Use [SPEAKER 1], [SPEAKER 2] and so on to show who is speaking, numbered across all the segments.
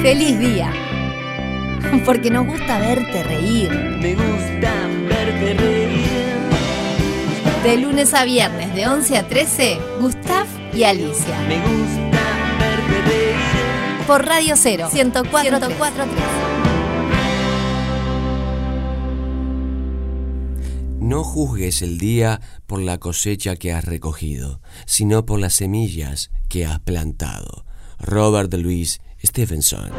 [SPEAKER 1] Feliz día. Porque nos gusta verte reír.
[SPEAKER 2] Me gusta verte reír.
[SPEAKER 1] De lunes a viernes, de 11 a 13, Gustav y Alicia.
[SPEAKER 2] Me gusta verte reír.
[SPEAKER 1] Por Radio Cero, 104, 104.3.
[SPEAKER 3] No juzgues el día por la cosecha que has recogido, sino por las semillas que has plantado. Robert Louis Stevenson.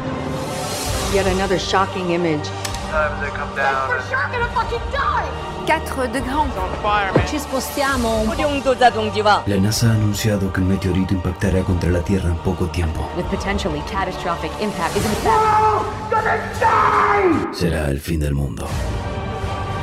[SPEAKER 4] Yet another shocking image.
[SPEAKER 5] Sometimes they come down and
[SPEAKER 6] La NASA ha anunciado que un meteorito impactará contra la Tierra en poco tiempo.
[SPEAKER 4] With potentially catastrophic impact.
[SPEAKER 6] Será el fin del mundo.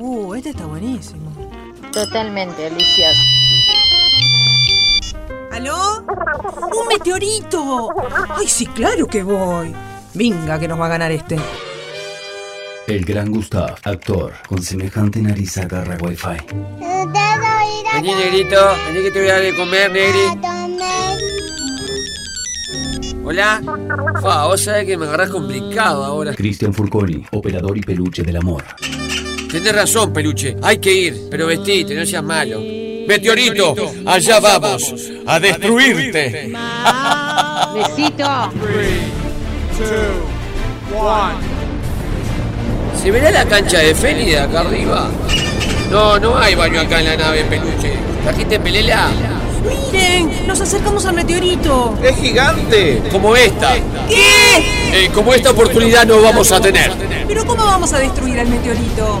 [SPEAKER 7] Uh, este está buenísimo.
[SPEAKER 8] Totalmente, Alicia.
[SPEAKER 7] ¿Aló? ¡Un meteorito! ¡Ay, sí, claro que voy! Venga, que nos va a ganar este.
[SPEAKER 6] El gran Gustav, actor, con semejante nariz agarra wifi.
[SPEAKER 9] Vení, negrito. Vení que te voy a dar de comer, negri. Hola. Fua, vos sabés que me agarrás complicado ahora.
[SPEAKER 6] Cristian Furconi, operador y peluche del amor.
[SPEAKER 9] Tenés razón, peluche. Hay que ir, pero vestite, no seas malo. Meteorito, allá vamos a destruirte.
[SPEAKER 8] Besito.
[SPEAKER 9] ¿Se verá la cancha de Feli de acá arriba? No, no hay baño acá en la nave, peluche. ¿Trajiste pelela?
[SPEAKER 7] ¡Miren! ¡Nos acercamos al meteorito!
[SPEAKER 9] ¡Es gigante! Como esta. Eh, como esta oportunidad no vamos a tener.
[SPEAKER 7] ¿Pero cómo vamos a destruir al meteorito?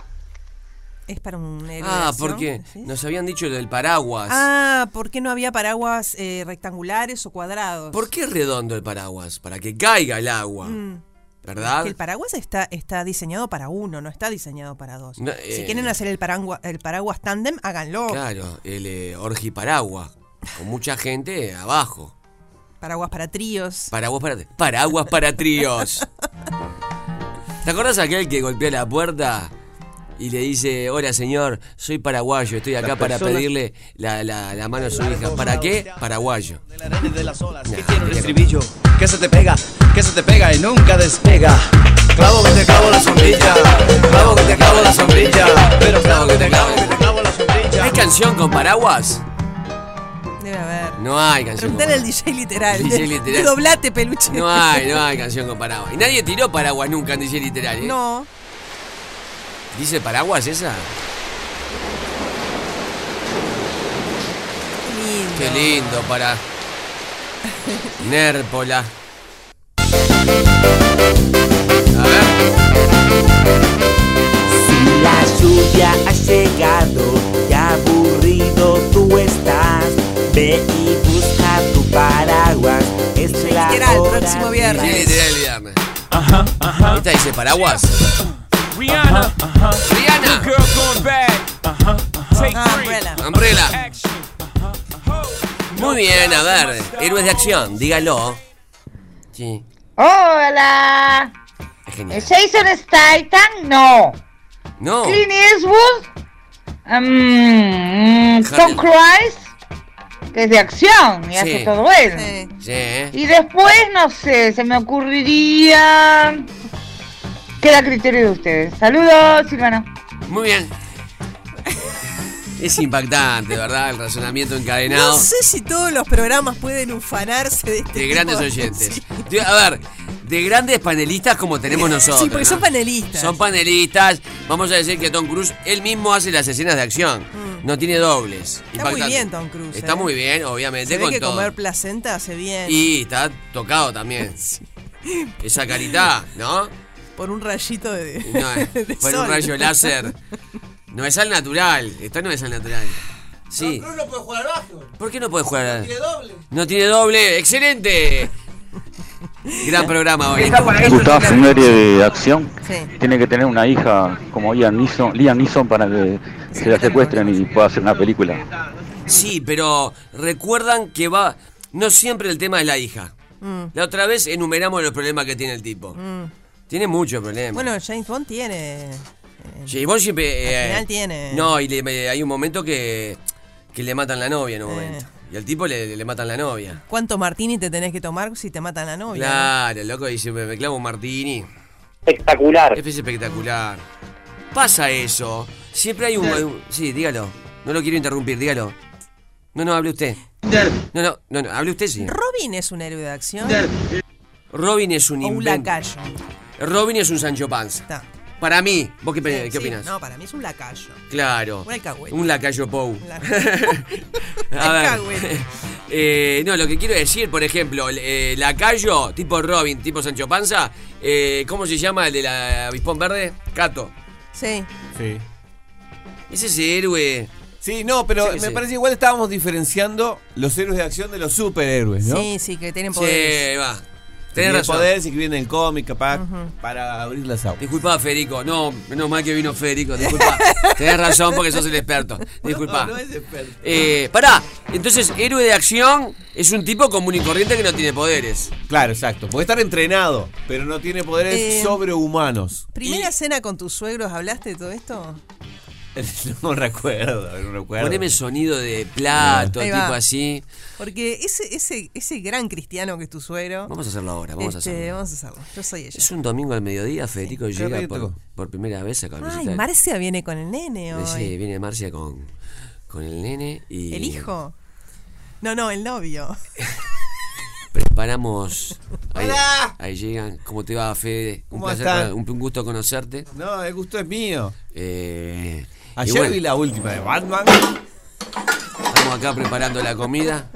[SPEAKER 7] Es para un héroe de
[SPEAKER 3] Ah,
[SPEAKER 7] acción.
[SPEAKER 3] porque nos habían dicho lo del paraguas.
[SPEAKER 7] Ah, ¿por qué no había paraguas eh, rectangulares o cuadrados?
[SPEAKER 3] ¿Por qué es redondo el paraguas? Para que caiga el agua,
[SPEAKER 7] Mm,
[SPEAKER 3] ¿verdad?
[SPEAKER 7] que el paraguas está, está diseñado para uno, no está diseñado para dos.
[SPEAKER 3] No,
[SPEAKER 7] Si
[SPEAKER 3] eh,
[SPEAKER 7] quieren hacer el, parangua- el paraguas tándem, háganlo.
[SPEAKER 3] Claro, el eh, orgiparagua. Con mucha gente abajo.
[SPEAKER 7] Paraguas para tríos.
[SPEAKER 3] Paraguas para, paraguas para tríos. ¿Te acordás aquel que golpea la puerta y le dice, hola señor, soy paraguayo, estoy acá
[SPEAKER 10] Las
[SPEAKER 3] para
[SPEAKER 10] personas-
[SPEAKER 3] pedirle la, la- la mano a su hija? ¿Para qué? Paraguayo.
[SPEAKER 10] de las olas que tiene un estribillo que se te pega, que se te pega y nunca despega. Clavo que te clavo la sombrilla, clavo que te clavo la sombrilla, pero clavo que te clavo, que te clavo la sombrilla.
[SPEAKER 3] ¿Hay canción con paraguas?
[SPEAKER 7] Debe haber.
[SPEAKER 3] No hay canción con
[SPEAKER 7] Preguntale al
[SPEAKER 3] paraguas.
[SPEAKER 7] DJ literal.
[SPEAKER 3] DJ literal.
[SPEAKER 7] Doblate, peluche.
[SPEAKER 3] No hay, no hay canción con paraguas. Y nadie tiró paraguas nunca en DJ literal, ¿eh?
[SPEAKER 7] No.
[SPEAKER 3] ¿Dice paraguas esa?
[SPEAKER 7] Lindo.
[SPEAKER 3] Qué lindo para. Nérpola. A
[SPEAKER 11] Si la lluvia ha llegado y aburrido tú estás, ve y busca tu paraguas. Es la
[SPEAKER 7] Literal,
[SPEAKER 11] hora
[SPEAKER 7] próximo
[SPEAKER 3] ver.
[SPEAKER 7] viernes.
[SPEAKER 3] DJ literal el viernes. Esta dice paraguas.
[SPEAKER 4] Rihanna,
[SPEAKER 3] Rihanna.
[SPEAKER 4] girl going bad. Take
[SPEAKER 7] Umbrella.
[SPEAKER 3] Umbrella. Muy bien, a ver. Héroes de acción, dígalo. Sí,
[SPEAKER 12] Hola.
[SPEAKER 3] es genial.
[SPEAKER 12] Jason Statham, no.
[SPEAKER 3] No.
[SPEAKER 12] Clint Eastwood, mm, mm, Tom
[SPEAKER 3] Harry.
[SPEAKER 12] Cruise, que es de acción y
[SPEAKER 3] Sí.
[SPEAKER 12] hace todo él.
[SPEAKER 3] Sí, ¿eh?
[SPEAKER 12] Y después, no sé, se me ocurriría. Queda a criterio de ustedes. Saludos, Silvana.
[SPEAKER 3] Muy bien. Es impactante, ¿verdad? El razonamiento
[SPEAKER 7] No
[SPEAKER 3] encadenado
[SPEAKER 7] sé si todos los programas pueden ufanarse de este
[SPEAKER 3] de
[SPEAKER 7] tipo
[SPEAKER 3] grandes oyentes. De- A ver, de grandes panelistas como tenemos nosotros.
[SPEAKER 7] Sí, porque
[SPEAKER 3] ¿no?
[SPEAKER 7] son panelistas.
[SPEAKER 3] Son panelistas. Vamos a decir que Tom Cruise, él mismo hace las escenas de acción. No tiene dobles.
[SPEAKER 7] Mm. Está muy
[SPEAKER 3] Impactante.
[SPEAKER 7] bien Tom Cruise.
[SPEAKER 3] Está
[SPEAKER 7] ¿eh?
[SPEAKER 3] muy bien, obviamente,
[SPEAKER 7] Se ve
[SPEAKER 3] con
[SPEAKER 7] que
[SPEAKER 3] todo.
[SPEAKER 7] comer placenta hace bien.
[SPEAKER 3] Y está tocado también. Esa carita, ¿no?
[SPEAKER 7] Por un rayito de.
[SPEAKER 3] No,
[SPEAKER 7] de
[SPEAKER 3] fue un
[SPEAKER 7] sol.
[SPEAKER 3] rayo láser. No es al natural. Esto no es al natural. Sí.
[SPEAKER 13] Cruz no puede jugar al bajo.
[SPEAKER 3] ¿Por qué no puede jugar? al-
[SPEAKER 13] Tiene doble.
[SPEAKER 3] No tiene doble. ¡Excelente! Gran programa hoy.
[SPEAKER 14] Gustavo Fumeri de Acción
[SPEAKER 3] Sí.
[SPEAKER 14] tiene que tener una hija como Liam Neeson, Liam Neeson para que se la secuestren y pueda hacer una película.
[SPEAKER 3] Sí, pero recuerdan que va. No siempre el tema es la hija.
[SPEAKER 7] Mm,
[SPEAKER 3] La otra vez enumeramos los problemas que tiene el tipo.
[SPEAKER 7] mm.
[SPEAKER 3] Tiene muchos problemas.
[SPEAKER 7] Bueno, James Bond tiene.
[SPEAKER 3] Sí, vos siempre. eh,
[SPEAKER 7] Al final tiene-
[SPEAKER 3] No, y le- me- hay un momento que, que le matan la novia
[SPEAKER 7] Eh.
[SPEAKER 3] en un momento. Y al tipo le, le matan la novia.
[SPEAKER 7] ¿Cuántos martini te tenés que tomar si te matan la novia?
[SPEAKER 3] Claro, el loco dice, me, me clavo un martini. Espectacular. Es espectacular. Pasa eso. Siempre hay un, hay un- Sí, dígalo. No lo quiero interrumpir, dígalo. No, no, hable usted. No, no, no, no, hable usted, sí.
[SPEAKER 7] Robin es un héroe de acción.
[SPEAKER 3] Robin es un
[SPEAKER 7] O un
[SPEAKER 3] invento.
[SPEAKER 7] lacayo.
[SPEAKER 3] Robin es un Sancho Panza. Para mí, ¿vos qué, pe- Eh, qué
[SPEAKER 7] Sí,
[SPEAKER 3] opinás?
[SPEAKER 7] No, para mí es un lacayo.
[SPEAKER 3] Claro.
[SPEAKER 7] Un alcahuete.
[SPEAKER 3] Un lacayo Pou. A ver.
[SPEAKER 7] Alcahuete.
[SPEAKER 3] Eh, no, lo que quiero decir, por ejemplo, el, eh, lacayo, tipo Robin, tipo Sancho Panza, eh, ¿cómo se llama el de la Avispón Verde? Cato.
[SPEAKER 7] Sí.
[SPEAKER 5] Sí.
[SPEAKER 3] Ese es héroe.
[SPEAKER 5] Sí, no, pero
[SPEAKER 3] Sí,
[SPEAKER 5] me
[SPEAKER 3] sí.
[SPEAKER 5] parece igual estábamos diferenciando los héroes de acción de los superhéroes, ¿no?
[SPEAKER 7] Sí, sí, que tienen
[SPEAKER 5] Sí,
[SPEAKER 7] poderes.
[SPEAKER 3] va.
[SPEAKER 5] Que
[SPEAKER 3] Tenés
[SPEAKER 5] tienen
[SPEAKER 3] razón.
[SPEAKER 5] poderes y que vienen en cómic, capaz,
[SPEAKER 7] Ujú.
[SPEAKER 5] para abrir las aguas.
[SPEAKER 3] Disculpa, Federico. No, menos mal que vino Federico. Disculpa. Tenés razón porque sos el experto. Disculpa.
[SPEAKER 5] No, no es experto.
[SPEAKER 3] Eh, pará. Entonces, héroe de acción es un tipo común y corriente que no tiene poderes.
[SPEAKER 5] Claro, exacto. Puede estar entrenado, pero no tiene poderes
[SPEAKER 7] Eh,
[SPEAKER 5] sobrehumanos.
[SPEAKER 7] ¿Primera cena con tus suegros hablaste de todo esto?
[SPEAKER 5] no recuerdo, no recuerdo.
[SPEAKER 3] Poneme sonido de plato,
[SPEAKER 7] Ahí
[SPEAKER 3] tipo
[SPEAKER 7] va.
[SPEAKER 3] así.
[SPEAKER 7] Porque ese, ese, ese gran cristiano que es tu suegro.
[SPEAKER 3] Vamos a hacerlo ahora, vamos a
[SPEAKER 7] este,
[SPEAKER 3] hacerlo.
[SPEAKER 7] Vamos a hacerlo. Yo soy ella.
[SPEAKER 3] Es un domingo al mediodía, Federico
[SPEAKER 7] qué
[SPEAKER 3] llega
[SPEAKER 7] rico.
[SPEAKER 3] por, por primera vez a
[SPEAKER 7] Ay,
[SPEAKER 3] visitar-
[SPEAKER 7] Marcia viene con el nene hoy.
[SPEAKER 3] Sí, viene Marcia con, con el nene y
[SPEAKER 7] ¿El hijo? No, no, el novio.
[SPEAKER 3] preparamos. Ahí,
[SPEAKER 7] Hola.
[SPEAKER 3] ahí llegan. ¿Cómo te va, Fede? Un
[SPEAKER 5] ¿Cómo
[SPEAKER 3] placer,
[SPEAKER 5] están?
[SPEAKER 3] un, un gusto conocerte.
[SPEAKER 5] No, el gusto es mío.
[SPEAKER 3] Eh, y
[SPEAKER 5] Ayer
[SPEAKER 3] bueno,
[SPEAKER 5] vi la última de Batman.
[SPEAKER 3] Estamos acá preparando la comida.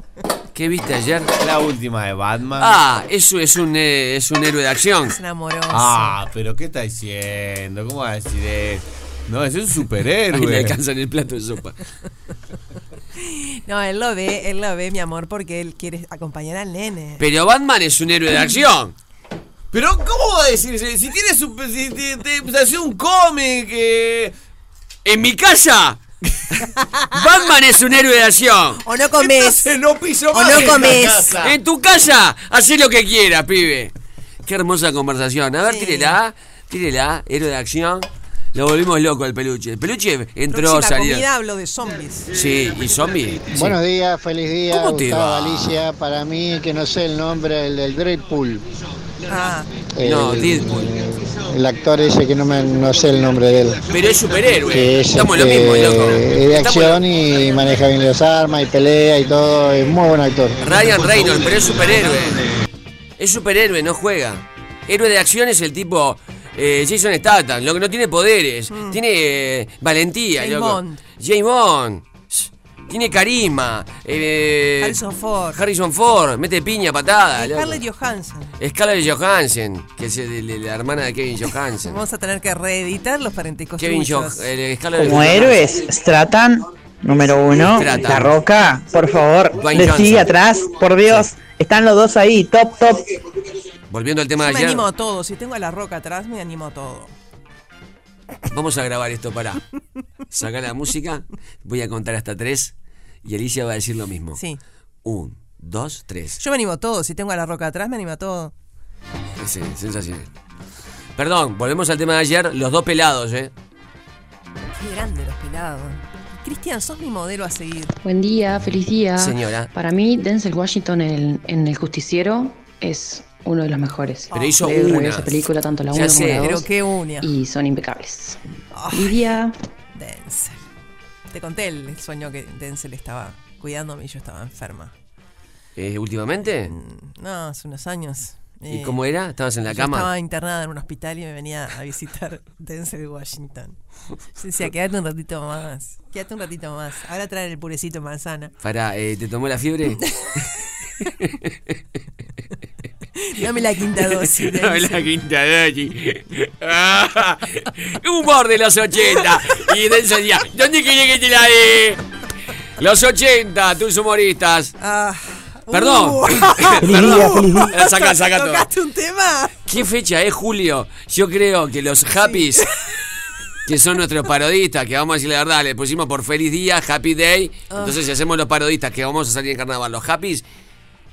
[SPEAKER 3] ¿Qué viste ayer?
[SPEAKER 5] La última de Batman.
[SPEAKER 3] Ah, eso es un, eh, es un héroe de acción.
[SPEAKER 7] Es un amoroso.
[SPEAKER 5] Ah, pero ¿qué está diciendo? ¿Cómo va a decir eso? No, ese es un superhéroe.
[SPEAKER 3] Ahí le alcanzan el plato de sopa.
[SPEAKER 7] No, él lo ve, él lo ve, mi amor, porque él quiere acompañar al nene.
[SPEAKER 3] Pero Batman es un héroe de acción.
[SPEAKER 5] Pero ¿cómo va a decir? Si si tiene su... Si, si- te- pues, hace un cómic... eh,
[SPEAKER 3] En mi casa, Batman es un héroe de acción.
[SPEAKER 7] O no comes.
[SPEAKER 5] no piso
[SPEAKER 7] O no comes.
[SPEAKER 3] En tu casa, hacé lo que quieras, pibe. Qué hermosa conversación. A ver, tírela, tírela, héroe de acción. Lo volvimos loco al peluche. El peluche entró,
[SPEAKER 7] Próxima
[SPEAKER 3] salió.
[SPEAKER 7] comida hablo de zombies.
[SPEAKER 3] Sí, y zombie. sí.
[SPEAKER 15] Buenos días, feliz día,
[SPEAKER 3] ¿Cómo te
[SPEAKER 15] Gustavo
[SPEAKER 3] va?
[SPEAKER 15] Alicia. Para mí, que no sé el nombre, el del Deadpool.
[SPEAKER 7] Ah,
[SPEAKER 3] No,
[SPEAKER 15] el,
[SPEAKER 3] Deadpool.
[SPEAKER 15] el actor ese que no, me, no sé el nombre de él.
[SPEAKER 3] Pero es superhéroe.
[SPEAKER 15] Que es,
[SPEAKER 3] Estamos en lo
[SPEAKER 15] este,
[SPEAKER 3] mismo, loco.
[SPEAKER 15] es de acción y maneja bien las armas y pelea y todo. Es muy buen actor.
[SPEAKER 3] Ryan Reynolds, pero es superhéroe. Es superhéroe, no juega. Héroe de acción es el tipo eh, Jason Statham, lo que no tiene poderes. Tiene eh, valentía,
[SPEAKER 7] Mm. James
[SPEAKER 3] loco.
[SPEAKER 7] Bond.
[SPEAKER 3] James Bond. Shh. Tiene carisma. eh,
[SPEAKER 7] Harrison Ford.
[SPEAKER 3] Harrison Ford, mete piña, patada. loco.
[SPEAKER 7] Scarlett Johansson.
[SPEAKER 3] Scarlett Johansen, que es el- el- la hermana de Kevin Johansen.
[SPEAKER 7] Vamos a tener que reeditar los parentescos
[SPEAKER 3] Kevin
[SPEAKER 7] tuyos.
[SPEAKER 3] Joh- el Scarlett
[SPEAKER 16] Como
[SPEAKER 3] Johansson.
[SPEAKER 16] héroes, Stratan, número uno.
[SPEAKER 3] Stratan.
[SPEAKER 16] La Roca, por favor,
[SPEAKER 3] Dwayne
[SPEAKER 16] le
[SPEAKER 3] Johnson.
[SPEAKER 16] sigue atrás, por Dios. Están los dos ahí, top, top.
[SPEAKER 3] Volviendo al tema
[SPEAKER 7] Yo
[SPEAKER 3] de
[SPEAKER 7] me
[SPEAKER 3] ayer,
[SPEAKER 7] animo a todo. Si tengo a la roca atrás, me animo a todo.
[SPEAKER 3] vamos a grabar esto, pará. Saca la música, voy a contar hasta tres y Alicia va a decir lo mismo.
[SPEAKER 7] Sí.
[SPEAKER 3] Un, dos, tres.
[SPEAKER 7] Yo me animo a todo. Si tengo a la roca atrás, me animo a todo.
[SPEAKER 3] Sí, sensacional. Perdón, volvemos al tema de ayer, los dos pelados, ¿eh?
[SPEAKER 7] Qué grande los pelados. Cristian, sos mi modelo a seguir.
[SPEAKER 17] Buen día, feliz día.
[SPEAKER 3] Señora.
[SPEAKER 17] Para mí, Denzel Washington en el, en el justiciero es uno de los mejores.
[SPEAKER 3] Pero hizo
[SPEAKER 17] Creo que
[SPEAKER 3] una.
[SPEAKER 17] revió esa película, tanto la
[SPEAKER 3] Ya
[SPEAKER 17] 1 como
[SPEAKER 3] sé.
[SPEAKER 17] la 2.
[SPEAKER 3] Pero
[SPEAKER 17] qué uña. Y son impecables.
[SPEAKER 7] Lidia. Denzel. Te conté el sueño que Denzel estaba cuidándome y yo estaba enferma.
[SPEAKER 3] Eh, últimamente.
[SPEAKER 7] Mm, No, hace unos años.
[SPEAKER 3] ¿Y
[SPEAKER 7] Eh,
[SPEAKER 3] cómo era? ¿Estabas en la
[SPEAKER 7] yo
[SPEAKER 3] cama?
[SPEAKER 7] Estaba internada en un hospital y me venía a visitar Denzel Washington. Yo decía, quédate un ratito más. Quédate un ratito más. Ahora traen el purecito de manzana.
[SPEAKER 3] Pará, eh, ¿te tomó la fiebre?
[SPEAKER 7] Dame la quinta dosis.
[SPEAKER 3] Dame la quinta dosis. Ah, humor de los 80. Y Denzel decía, ¿dónde quería que te la dé? Los 80, tus humoristas.
[SPEAKER 7] Ah,
[SPEAKER 3] Perdón.
[SPEAKER 7] uh.
[SPEAKER 3] Perdón.
[SPEAKER 7] Feliz día, feliz día.
[SPEAKER 3] Saca, saca todo.
[SPEAKER 7] ¿Tocaste un tema?
[SPEAKER 3] ¿Qué fecha es, Julio? Yo creo que los Happies, que son nuestros parodistas, que vamos a decir la verdad, le pusimos por feliz día, happy day.
[SPEAKER 7] Ah.
[SPEAKER 3] Entonces, si hacemos los parodistas que vamos a salir en carnaval, los Happies,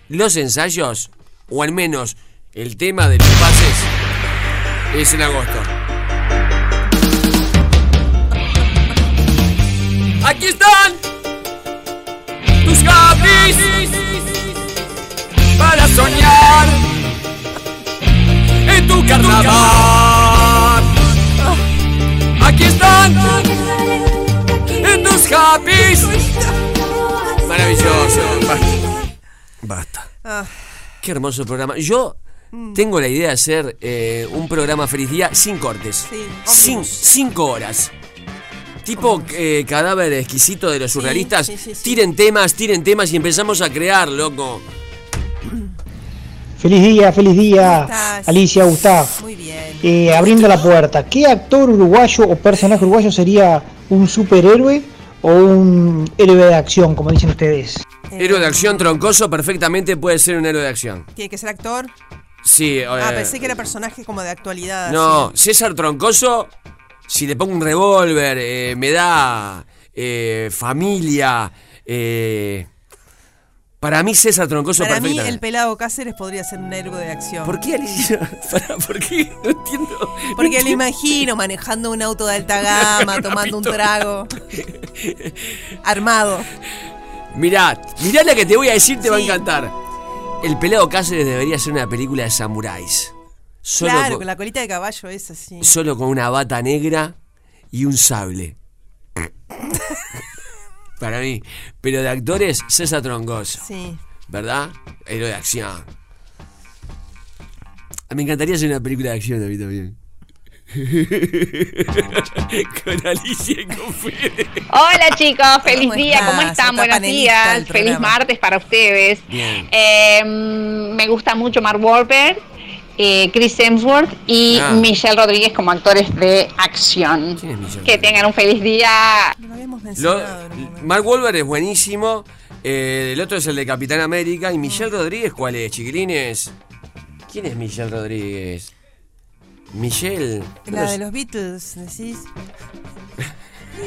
[SPEAKER 3] los ensayos, o al menos el tema de los pases, es en agosto. ¡Aquí están! ¡Tus Happies! Para soñar en tu carnaval. Aquí están en tus happies. Maravilloso. Basta. Basta.
[SPEAKER 7] Ah. Mm.
[SPEAKER 3] Qué hermoso programa. Yo tengo la idea de hacer eh, un programa Feliz Día sin cortes. Cin- cinco horas. Tipo eh, cadáver exquisito de los surrealistas.
[SPEAKER 7] sí, sí, sí.
[SPEAKER 3] Tiren temas, tiren temas y empezamos a crear, loco.
[SPEAKER 16] Feliz día, feliz día, Alicia Gustavo. Eh, abriendo la puerta, ¿qué actor uruguayo o personaje uruguayo sería un superhéroe o un héroe de acción, como dicen ustedes?
[SPEAKER 7] Eh.
[SPEAKER 3] Héroe de acción troncoso perfectamente puede ser un héroe de acción.
[SPEAKER 7] Tiene que ser actor.
[SPEAKER 3] Sí,
[SPEAKER 7] Ah,
[SPEAKER 3] eh,
[SPEAKER 7] pensé que era personaje como de actualidad.
[SPEAKER 3] No, César Troncoso, si le pongo un revólver, eh, me da eh, familia. eh, para mí César Troncoso
[SPEAKER 7] Para mí,
[SPEAKER 3] perfectamente.
[SPEAKER 7] el pelado Cáceres podría ser un héroe de acción.
[SPEAKER 3] ¿Por qué, Alicia? Pará, ¿Por qué? No entiendo.
[SPEAKER 7] Porque lo imagino manejando un auto de alta gama, tomando un trago, armado.
[SPEAKER 3] Mirá, mirá la que te voy a decir, te va a encantar. El pelado Cáceres debería ser una película de samuráis. Solo,
[SPEAKER 7] claro,
[SPEAKER 3] con,
[SPEAKER 7] con la colita de caballo es así.
[SPEAKER 3] solo con una bata negra y un sable. Para mí. Pero de actores, César Troncoso.
[SPEAKER 7] Sí.
[SPEAKER 3] ¿Verdad? Héroe de acción. Me encantaría hacer una película de acción a mí también. con Alicia y con Fede.
[SPEAKER 13] Hola chicos, feliz
[SPEAKER 7] ¿Cómo
[SPEAKER 13] día, ¿cómo
[SPEAKER 7] estás?
[SPEAKER 13] están?
[SPEAKER 7] Otra
[SPEAKER 13] Buenos
[SPEAKER 7] panelista
[SPEAKER 13] días,
[SPEAKER 7] del
[SPEAKER 13] feliz
[SPEAKER 7] programa.
[SPEAKER 13] martes para ustedes.
[SPEAKER 3] Bien.
[SPEAKER 13] Eh, mm, me gusta mucho Mark Wahlberg, eh, Chris Hemsworth y
[SPEAKER 3] Ah.
[SPEAKER 13] Michelle Rodríguez como actores de acción.
[SPEAKER 3] es Michelle
[SPEAKER 13] Que tengan un feliz día.
[SPEAKER 3] Lo- Mark Wahlberg es buenísimo. eh, el otro es el de Capitán América. ¿Y Michelle Rodríguez cuál es, chiquilines? ¿Quién es Michelle Rodríguez? Michelle.
[SPEAKER 7] La de los Beatles, decís.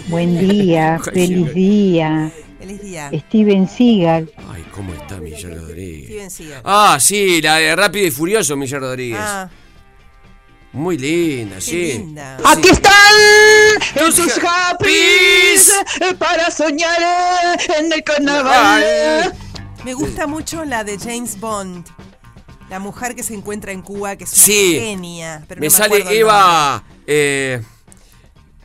[SPEAKER 18] Buen día, feliz día.
[SPEAKER 7] Feliz día.
[SPEAKER 18] Steven Seagal.
[SPEAKER 3] Ay, ¿cómo está Michelle Rodríguez?
[SPEAKER 7] Steven Seagal.
[SPEAKER 3] Ah, sí, la de Rápido y Furioso, Michelle Rodríguez.
[SPEAKER 7] Ah,
[SPEAKER 3] Muy linda, sí.
[SPEAKER 16] Aquí están los happies para soñar en el carnaval.
[SPEAKER 7] me gusta mucho la de James Bond. La mujer que se encuentra en Cuba, que es una
[SPEAKER 3] Sí.
[SPEAKER 7] genia. Pero
[SPEAKER 3] me
[SPEAKER 7] no
[SPEAKER 3] sale
[SPEAKER 7] acuerdo el
[SPEAKER 3] Eva. eh,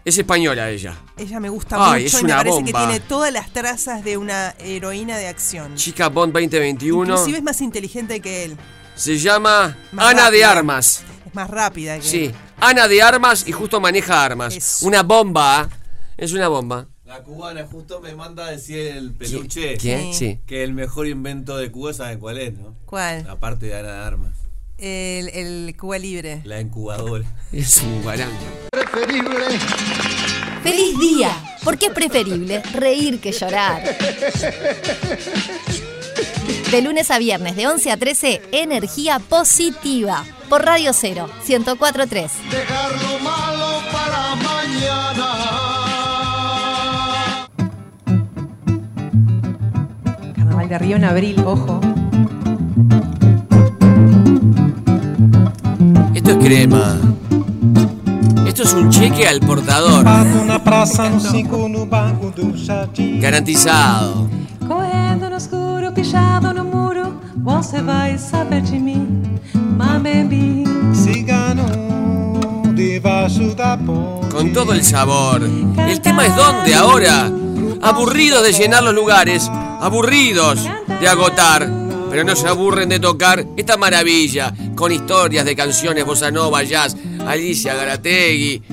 [SPEAKER 3] es española ella.
[SPEAKER 7] nombre. Ella me gusta
[SPEAKER 3] Ay,
[SPEAKER 7] mucho
[SPEAKER 3] es
[SPEAKER 7] y me
[SPEAKER 3] una
[SPEAKER 7] parece que
[SPEAKER 3] bomba.
[SPEAKER 7] tiene todas las trazas de una heroína de acción.
[SPEAKER 3] Chica Bond 2021.
[SPEAKER 7] Inclusive es más inteligente que él.
[SPEAKER 3] Se llama
[SPEAKER 7] Más
[SPEAKER 3] Ana de
[SPEAKER 7] rápida.
[SPEAKER 3] Armas.
[SPEAKER 7] Es más rápida que
[SPEAKER 3] Sí,
[SPEAKER 7] él.
[SPEAKER 3] Ana de Armas y justo maneja armas. Una bomba. ¿ah? Es una bomba.
[SPEAKER 5] La cubana justo me manda a decir el peluche.
[SPEAKER 3] ¿Quién? Sí.
[SPEAKER 5] Que el mejor invento de Cuba, ¿saben cuál es, no?
[SPEAKER 7] ¿Cuál?
[SPEAKER 5] Aparte de Ana de Armas,
[SPEAKER 7] El, el Cuba Libre.
[SPEAKER 5] la incubadora.
[SPEAKER 3] Es un guarán.
[SPEAKER 1] Feliz día, porque es preferible reír que llorar. De lunes a viernes, de 11 a 13, energía positiva. Por Radio 0, 1043.
[SPEAKER 19] Dejar lo malo para mañana.
[SPEAKER 8] Carnaval de Río en abril, ojo.
[SPEAKER 3] Esto es crema. Esto es un cheque al portador. Garantizado.
[SPEAKER 20] Correndo no escuro, pichado no muro, você vai saber de mim, my baby.
[SPEAKER 19] Debajo da ponte.
[SPEAKER 3] Con todo el sabor. El tema es dónde ahora. Aburridos de llenar los lugares. Aburridos de agotar. Pero no se aburren de tocar esta maravilla. Con historias de canciones, bossa nova, jazz. Alicia Garategui.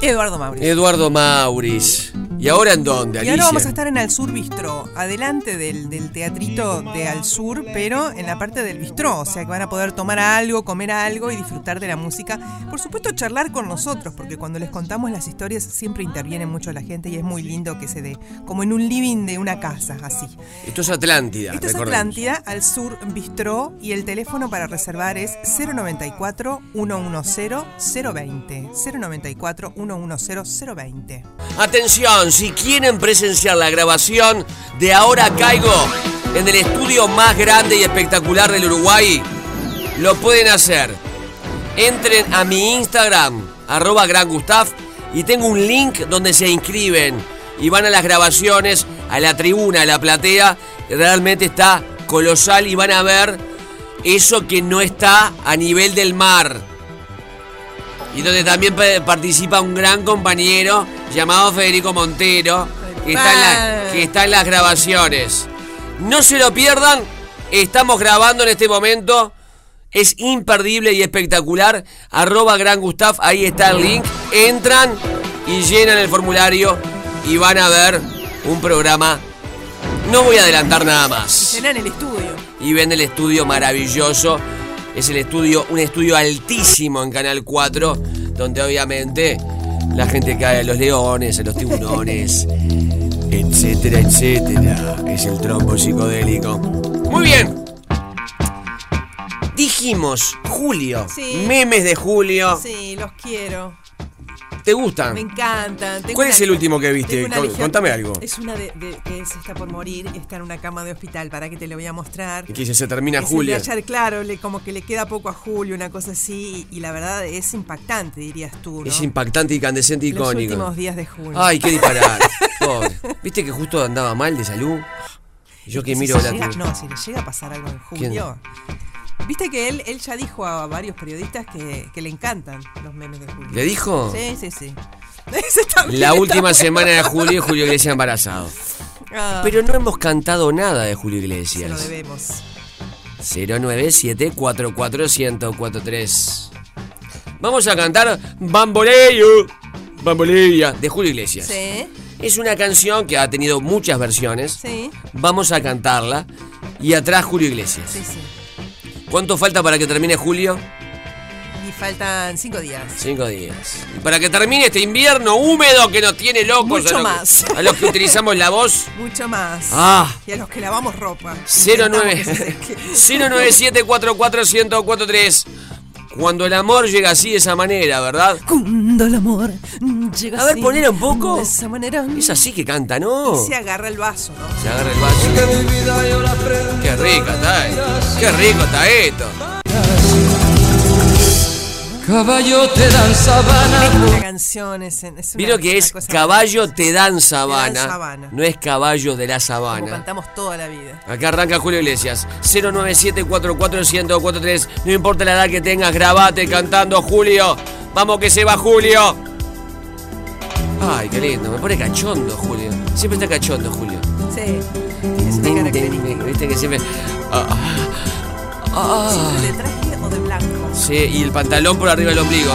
[SPEAKER 7] Eduardo Mauri.
[SPEAKER 3] Eduardo Mauris. ¿Y ahora en dónde,
[SPEAKER 7] Y
[SPEAKER 3] Alicia?
[SPEAKER 7] ahora vamos a estar en Al Sur Bistró, adelante del, del teatrito de Al Sur, pero en la parte del bistró, o sea que van a poder tomar algo, comer algo y disfrutar de la música. Por supuesto, charlar con nosotros, porque cuando les contamos las historias siempre interviene mucho la gente y es muy lindo que se dé, como en un living de una casa, así.
[SPEAKER 3] Esto es Atlántida,
[SPEAKER 7] Esto es
[SPEAKER 3] recordemos.
[SPEAKER 7] Atlántida, al sur Bistró, y el teléfono para reservar es 094-110-020. 094-110-020.
[SPEAKER 3] Atención, si quieren presenciar la grabación de Ahora Caigo en el estudio más grande y espectacular del Uruguay, lo pueden hacer. Entren a mi Instagram, arroba Gran Gustaf, y tengo un link donde se inscriben y van a las grabaciones, a la tribuna, a la platea. Realmente está colosal y van a ver eso que no está a nivel del mar y donde también pa- participa un gran compañero llamado Federico Montero, que está, en la- que está en las grabaciones. No se lo pierdan, estamos grabando en este momento, es imperdible y espectacular, arroba Gran Gustav, ahí está el link, entran y llenan el formulario y van a ver un programa, no voy a adelantar nada más
[SPEAKER 7] Será en el estudio.
[SPEAKER 3] y ven el estudio maravilloso. Es el estudio, un estudio altísimo en Canal 4, donde obviamente la gente cae a los leones, a los tiburones, etcétera, etcétera. Es el trompo psicodélico. Muy bien. Dijimos, Julio,
[SPEAKER 7] Sí.
[SPEAKER 3] memes de Julio.
[SPEAKER 7] Sí, los quiero.
[SPEAKER 3] ¿Te gustan?
[SPEAKER 7] Me encantan. Tengo
[SPEAKER 3] ¿Cuál
[SPEAKER 7] una
[SPEAKER 3] es el
[SPEAKER 7] lista-
[SPEAKER 3] último que viste?
[SPEAKER 7] tengo una
[SPEAKER 3] Con-
[SPEAKER 7] legión-
[SPEAKER 3] contame algo.
[SPEAKER 7] Es una de, de- que se está por morir y está en una cama de hospital. Para que te lo voy a mostrar.
[SPEAKER 3] Que se- se termina
[SPEAKER 7] Es el de
[SPEAKER 3] Julio.
[SPEAKER 7] ayer, claro, le- como que le queda poco a Julio, una cosa así. Y, y la verdad es impactante, dirías tú. ¿no?
[SPEAKER 3] Es impactante, incandescente,
[SPEAKER 7] Los
[SPEAKER 3] icónico.
[SPEAKER 7] últimos días de Julio.
[SPEAKER 3] Ay, qué disparar. Pobre. ¿Viste que justo andaba mal de salud? Yo que
[SPEAKER 7] Si
[SPEAKER 3] miro
[SPEAKER 7] se
[SPEAKER 3] la
[SPEAKER 7] llega-
[SPEAKER 3] tele.
[SPEAKER 7] No, si le llega a pasar algo en
[SPEAKER 3] ¿Quién?
[SPEAKER 7] Julio. Viste que él, él ya dijo a varios periodistas que, que le encantan los memes de Julio.
[SPEAKER 3] ¿Le dijo?
[SPEAKER 7] Sí, sí, sí. Ese también
[SPEAKER 3] La
[SPEAKER 7] está
[SPEAKER 3] última
[SPEAKER 7] bueno.
[SPEAKER 3] semana de Julio, Julio Iglesias embarazado.
[SPEAKER 7] Ah,
[SPEAKER 3] Pero no hemos cantado nada de Julio
[SPEAKER 7] se lo
[SPEAKER 3] Iglesias.
[SPEAKER 7] debemos.
[SPEAKER 3] 097 44143 Vamos a cantar Bamboleo, Bamboleya, de Julio Iglesias.
[SPEAKER 7] Sí,
[SPEAKER 3] Es una canción que ha tenido muchas versiones.
[SPEAKER 7] sí.
[SPEAKER 3] Vamos a cantarla. Y atrás Julio Iglesias.
[SPEAKER 7] Sí, sí.
[SPEAKER 3] ¿Cuánto falta para que termine julio?
[SPEAKER 7] Y faltan cinco días.
[SPEAKER 3] Cinco días. Y para que termine este invierno húmedo que nos tiene locos
[SPEAKER 7] Mucho
[SPEAKER 3] a, los que-
[SPEAKER 7] más.
[SPEAKER 3] a los que utilizamos la voz.
[SPEAKER 7] Mucho más.
[SPEAKER 3] Ah.
[SPEAKER 7] Y a los que lavamos ropa.
[SPEAKER 3] 09
[SPEAKER 7] Intentamos que
[SPEAKER 3] 097 44143 Cuando el amor llega así de esa manera, ¿verdad?
[SPEAKER 7] Cuando el amor llega
[SPEAKER 3] A ver,
[SPEAKER 7] así,
[SPEAKER 3] ponela un poco.
[SPEAKER 7] de esa manera.
[SPEAKER 3] Es así que canta, ¿no?
[SPEAKER 7] se- Se agarra el vaso, ¿no?
[SPEAKER 3] Se agarra el vaso. Qué rico está esto. Qué rico está esto.
[SPEAKER 21] Caballo te dan sabana.
[SPEAKER 7] La canción es, en- es una-
[SPEAKER 3] Vieron que
[SPEAKER 7] una
[SPEAKER 3] es
[SPEAKER 7] cosa
[SPEAKER 3] caballo te dan
[SPEAKER 7] sabana.
[SPEAKER 3] sabana. No es caballo de la
[SPEAKER 7] como
[SPEAKER 3] sabana.
[SPEAKER 7] cantamos toda la vida.
[SPEAKER 3] Acá arranca Julio Iglesias. 097-44143. No importa la edad que tengas, grabate cantando, Julio. Vamos que se va, Julio. Ay, qué lindo. Me pone cachondo, Julio. Siempre está cachondo, Julio.
[SPEAKER 7] Sí.
[SPEAKER 3] Viste que siempre. Ah, ah.
[SPEAKER 7] Siempre ¿De traje o de blanco?
[SPEAKER 3] Sí, y el pantalón por arriba del ombligo.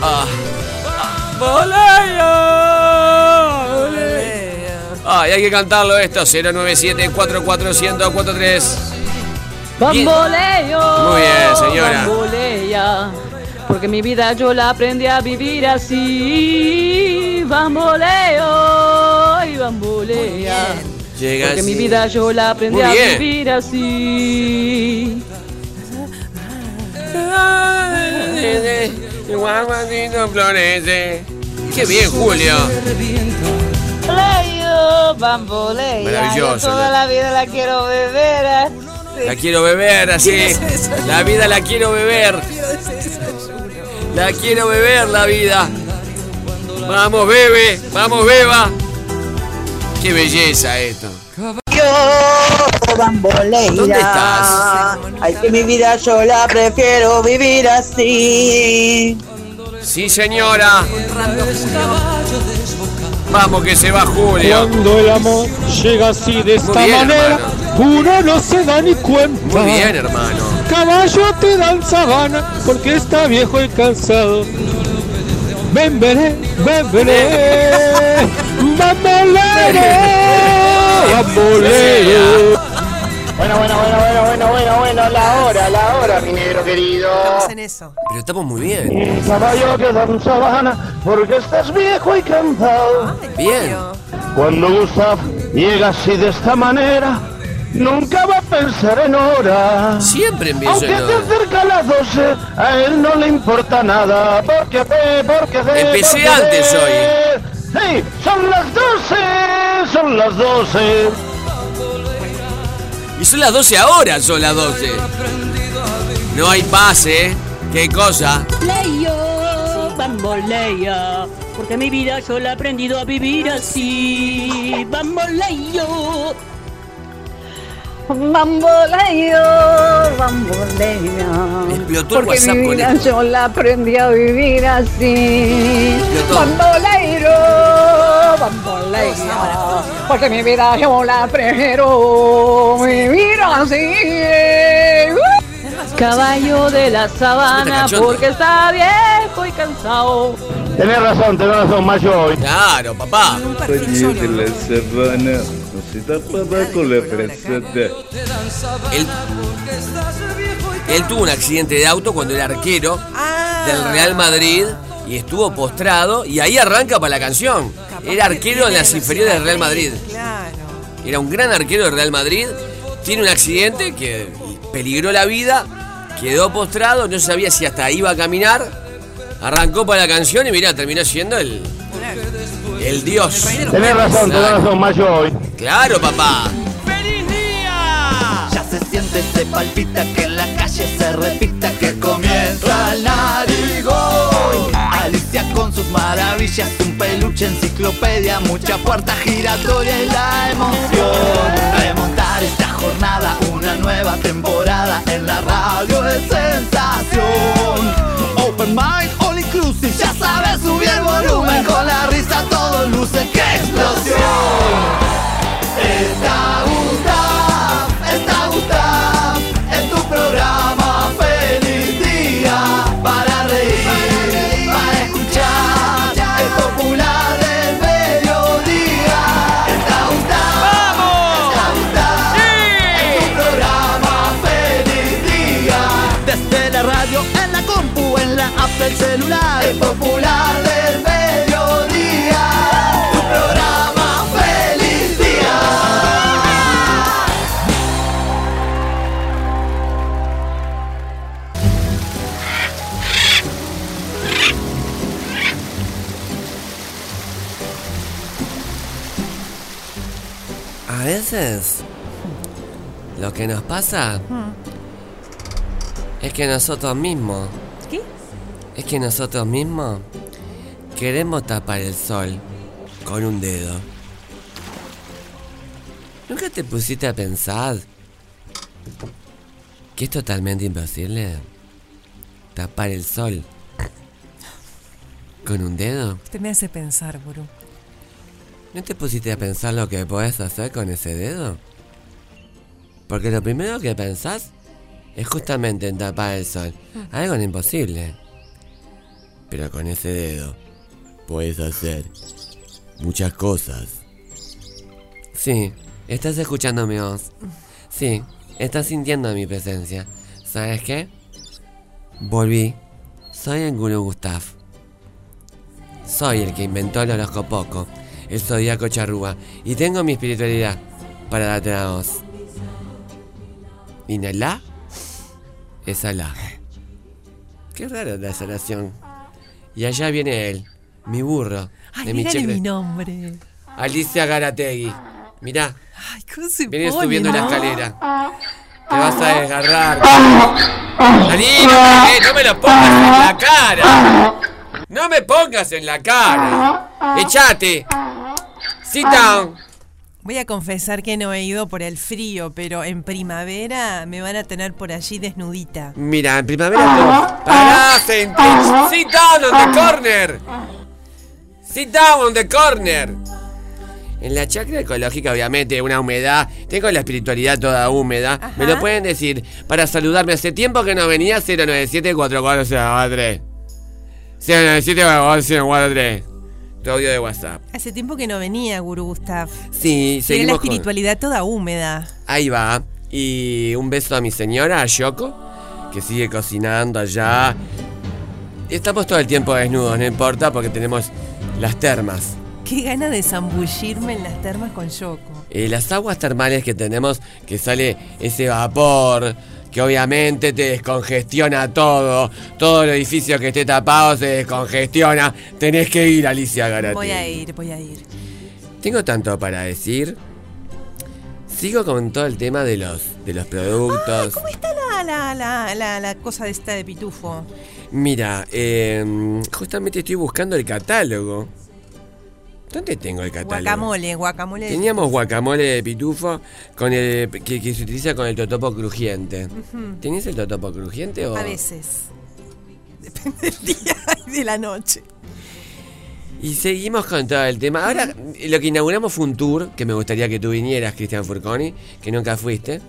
[SPEAKER 3] Ah. Ay, hay que cantarlo esto. 097 44143
[SPEAKER 22] Bamboleo.
[SPEAKER 3] Muy bien, señora.
[SPEAKER 22] Bambolea. Porque mi vida yo la aprendí a vivir así. Bamboleo y bambolea.
[SPEAKER 3] Llega
[SPEAKER 22] Porque mi
[SPEAKER 3] así.
[SPEAKER 22] vida yo la aprendí
[SPEAKER 3] Muy
[SPEAKER 22] a
[SPEAKER 3] bien.
[SPEAKER 22] vivir así.
[SPEAKER 3] Florece. Qué bien, Julio.
[SPEAKER 23] Bamboleo, bamboleo.
[SPEAKER 3] Maravilloso.
[SPEAKER 23] Yo toda la vida la quiero beber. así.
[SPEAKER 3] La quiero beber así.
[SPEAKER 23] ¿Quién es eso?
[SPEAKER 3] La vida la quiero beber. La quiero beber la vida. Vamos, bebe. Vamos, beba. Qué belleza esto.
[SPEAKER 23] Yo, bambolea.
[SPEAKER 3] ¿Dónde estás?
[SPEAKER 23] Ay, que mi vida yo la prefiero vivir así.
[SPEAKER 3] Sí, señora. Vamos que se va Julio.
[SPEAKER 21] Cuando el amor llega así de esta
[SPEAKER 3] bien,
[SPEAKER 21] manera, uno no se da ni cuenta.
[SPEAKER 3] Muy bien, hermano.
[SPEAKER 21] Caballo
[SPEAKER 13] este
[SPEAKER 21] te dan sabana porque está viejo y cansado. Ven, veré, ven, veré. Bamboleo, bamboleo.
[SPEAKER 6] Bueno, bueno, bueno, bueno, bueno, bueno, bueno, la hora, la hora, mi negro querido.
[SPEAKER 7] en eso.
[SPEAKER 3] Pero estamos muy bien.
[SPEAKER 6] Caballo que danza Habana, porque estás viejo y cansado.
[SPEAKER 3] Bien.
[SPEAKER 6] Cuando Gustav llega así de esta manera, nunca va a pensar en hora.
[SPEAKER 3] Siempre en
[SPEAKER 6] Aunque
[SPEAKER 3] en
[SPEAKER 6] te
[SPEAKER 3] hora.
[SPEAKER 6] acerca a las 12, a él no le importa nada. Porque ve, porque ve.
[SPEAKER 3] Empecé
[SPEAKER 6] porque
[SPEAKER 3] antes
[SPEAKER 6] ve.
[SPEAKER 3] hoy.
[SPEAKER 6] ¡Hey! ¡Son las 12! ¡Son las 12!
[SPEAKER 3] Y son las 12 ahora, son las 12. No hay pase. ¿eh? ¿Qué cosa?
[SPEAKER 24] Leo, bamboleo, porque mi vida yo la he aprendido a vivir así. Bamboleo,
[SPEAKER 25] Bamboleo, bamboleo.
[SPEAKER 3] Explotó el
[SPEAKER 25] Porque
[SPEAKER 3] WhatsApp
[SPEAKER 25] mi
[SPEAKER 3] con
[SPEAKER 25] vida
[SPEAKER 3] esto.
[SPEAKER 25] yo la aprendí a vivir así.
[SPEAKER 3] Explotó.
[SPEAKER 25] Bambolero, bamboleo. Porque mi vida yo la aprendo a vivir así.
[SPEAKER 22] Caballo de la sabana,
[SPEAKER 6] cachondo.
[SPEAKER 22] porque está viejo y cansado.
[SPEAKER 6] Tenés razón, tenés razón, macho.
[SPEAKER 3] Claro, papá.
[SPEAKER 26] Caballo de la sabana, no se tapaba con la frazada.
[SPEAKER 3] Él, él tuvo un accidente de auto cuando era arquero del Real Madrid y estuvo postrado y ahí arranca para la canción. Era arquero en las inferiores del Real Madrid. Era un gran arquero del Real Madrid. Tiene un accidente que peligró la vida. Quedó postrado, no sabía si hasta iba a caminar. Arrancó para la canción y mirá, terminó siendo el. El dios.
[SPEAKER 6] Tenés razón, tenés razón, macho.
[SPEAKER 3] Claro, papá.
[SPEAKER 9] Ya se siente, se palpita, que en la calle se repita, que comienza el narigón. Alicia con sus maravillas, un peluche, enciclopedia, mucha puerta giratoria y la emoción. Remontar esta jornada, una nueva temporada en la radio es sensación. Open mind, all inclusive, ya sabes, subir el volumen, con la risa todo luce, ¡qué explosión! Está Gustav, está Gustav, en tu programa feliz día para reír, para escuchar, el popular del mediodía. Está Gustav, vamos, está Gustav, en tu programa feliz día. Desde la radio, en la compu, en la app del celular, el popular del mediodía. Tu programa feliz día.
[SPEAKER 3] A veces lo que nos pasa
[SPEAKER 7] Hmm.
[SPEAKER 3] es que nosotros mismos,
[SPEAKER 7] ¿Qué?
[SPEAKER 3] es que nosotros mismos queremos tapar el sol con un dedo. ¿Nunca te pusiste a pensar que es totalmente imposible tapar el sol con un dedo?
[SPEAKER 7] Usted Este me hace pensar, Buru.
[SPEAKER 3] ¿No te pusiste a pensar lo que puedes hacer con ese dedo? Porque lo primero que pensás es justamente en tapar el sol. Algo imposible. Pero con ese dedo puedes hacer muchas cosas. Sí, estás escuchando mi voz. Sí, estás sintiendo mi presencia. ¿Sabes qué? Volví. Soy el Guru Gustav. Soy el que inventó el horóscopo, el zodiaco charrúa, y tengo mi espiritualidad para darte a vos. Inhalá, exhalá. Qué rara la exhalación. Y allá viene él, mi burro,
[SPEAKER 7] Ay,
[SPEAKER 3] de mi
[SPEAKER 7] dígale
[SPEAKER 3] checre-
[SPEAKER 7] mi nombre.
[SPEAKER 3] Alicia Garategui. Mirá,
[SPEAKER 7] Ay, ¿cómo se
[SPEAKER 3] viene
[SPEAKER 7] pone,
[SPEAKER 3] subiendo la
[SPEAKER 7] no?
[SPEAKER 3] escalera. Te vas a desgarrar. Alina, eh, no me lo pongas en la cara. No me pongas en la cara. Echate. Sit down.
[SPEAKER 7] Voy a confesar que no he ido por el frío, pero en primavera me van a tener por allí desnudita.
[SPEAKER 3] Mira, en primavera te... Pará, senté. Sit down on the corner. Sit down on the corner. En la chacra ecológica, obviamente, una humedad. Tengo la espiritualidad toda húmeda. Me lo pueden decir. Para saludarme hace tiempo que no venía 097 44 097 44 093. Tu audio de WhatsApp.
[SPEAKER 7] Hace tiempo que no venía, Guru Gustav.
[SPEAKER 3] Sí,
[SPEAKER 7] Tiene la
[SPEAKER 3] seguimos con-
[SPEAKER 7] espiritualidad toda húmeda.
[SPEAKER 3] Ahí va. Y un beso a mi señora, a Yoko, que sigue cocinando allá. Estamos todo el tiempo desnudos, no importa, porque tenemos las termas.
[SPEAKER 7] Qué gana de zambullirme en las termas con Yoko.
[SPEAKER 3] Eh, las aguas termales que tenemos, que sale ese vapor, que obviamente te descongestiona todo. Todo el edificio que esté tapado se descongestiona. Tenés que ir, Alicia Garate.
[SPEAKER 7] Voy a ir, voy a ir.
[SPEAKER 3] Tengo tanto para decir. Sigo con todo el tema de los, de los productos.
[SPEAKER 7] ¿Cómo está la, la, la, la, la cosa esta de pitufo?
[SPEAKER 3] Mira, eh, justamente estoy buscando el catálogo. ¿Dónde tengo el catálogo?
[SPEAKER 7] Guacamole, guacamole.
[SPEAKER 3] Teníamos guacamole de pitufo con el que, que se utiliza con el totopo crujiente.
[SPEAKER 7] Ujú.
[SPEAKER 3] ¿Tenés el totopo crujiente o...?
[SPEAKER 7] A veces. Depende del día y de la noche.
[SPEAKER 3] Y seguimos con todo el tema. Ahora, lo que inauguramos fue un tour, que me gustaría que tú vinieras, Cristian Furconi, que nunca fuiste.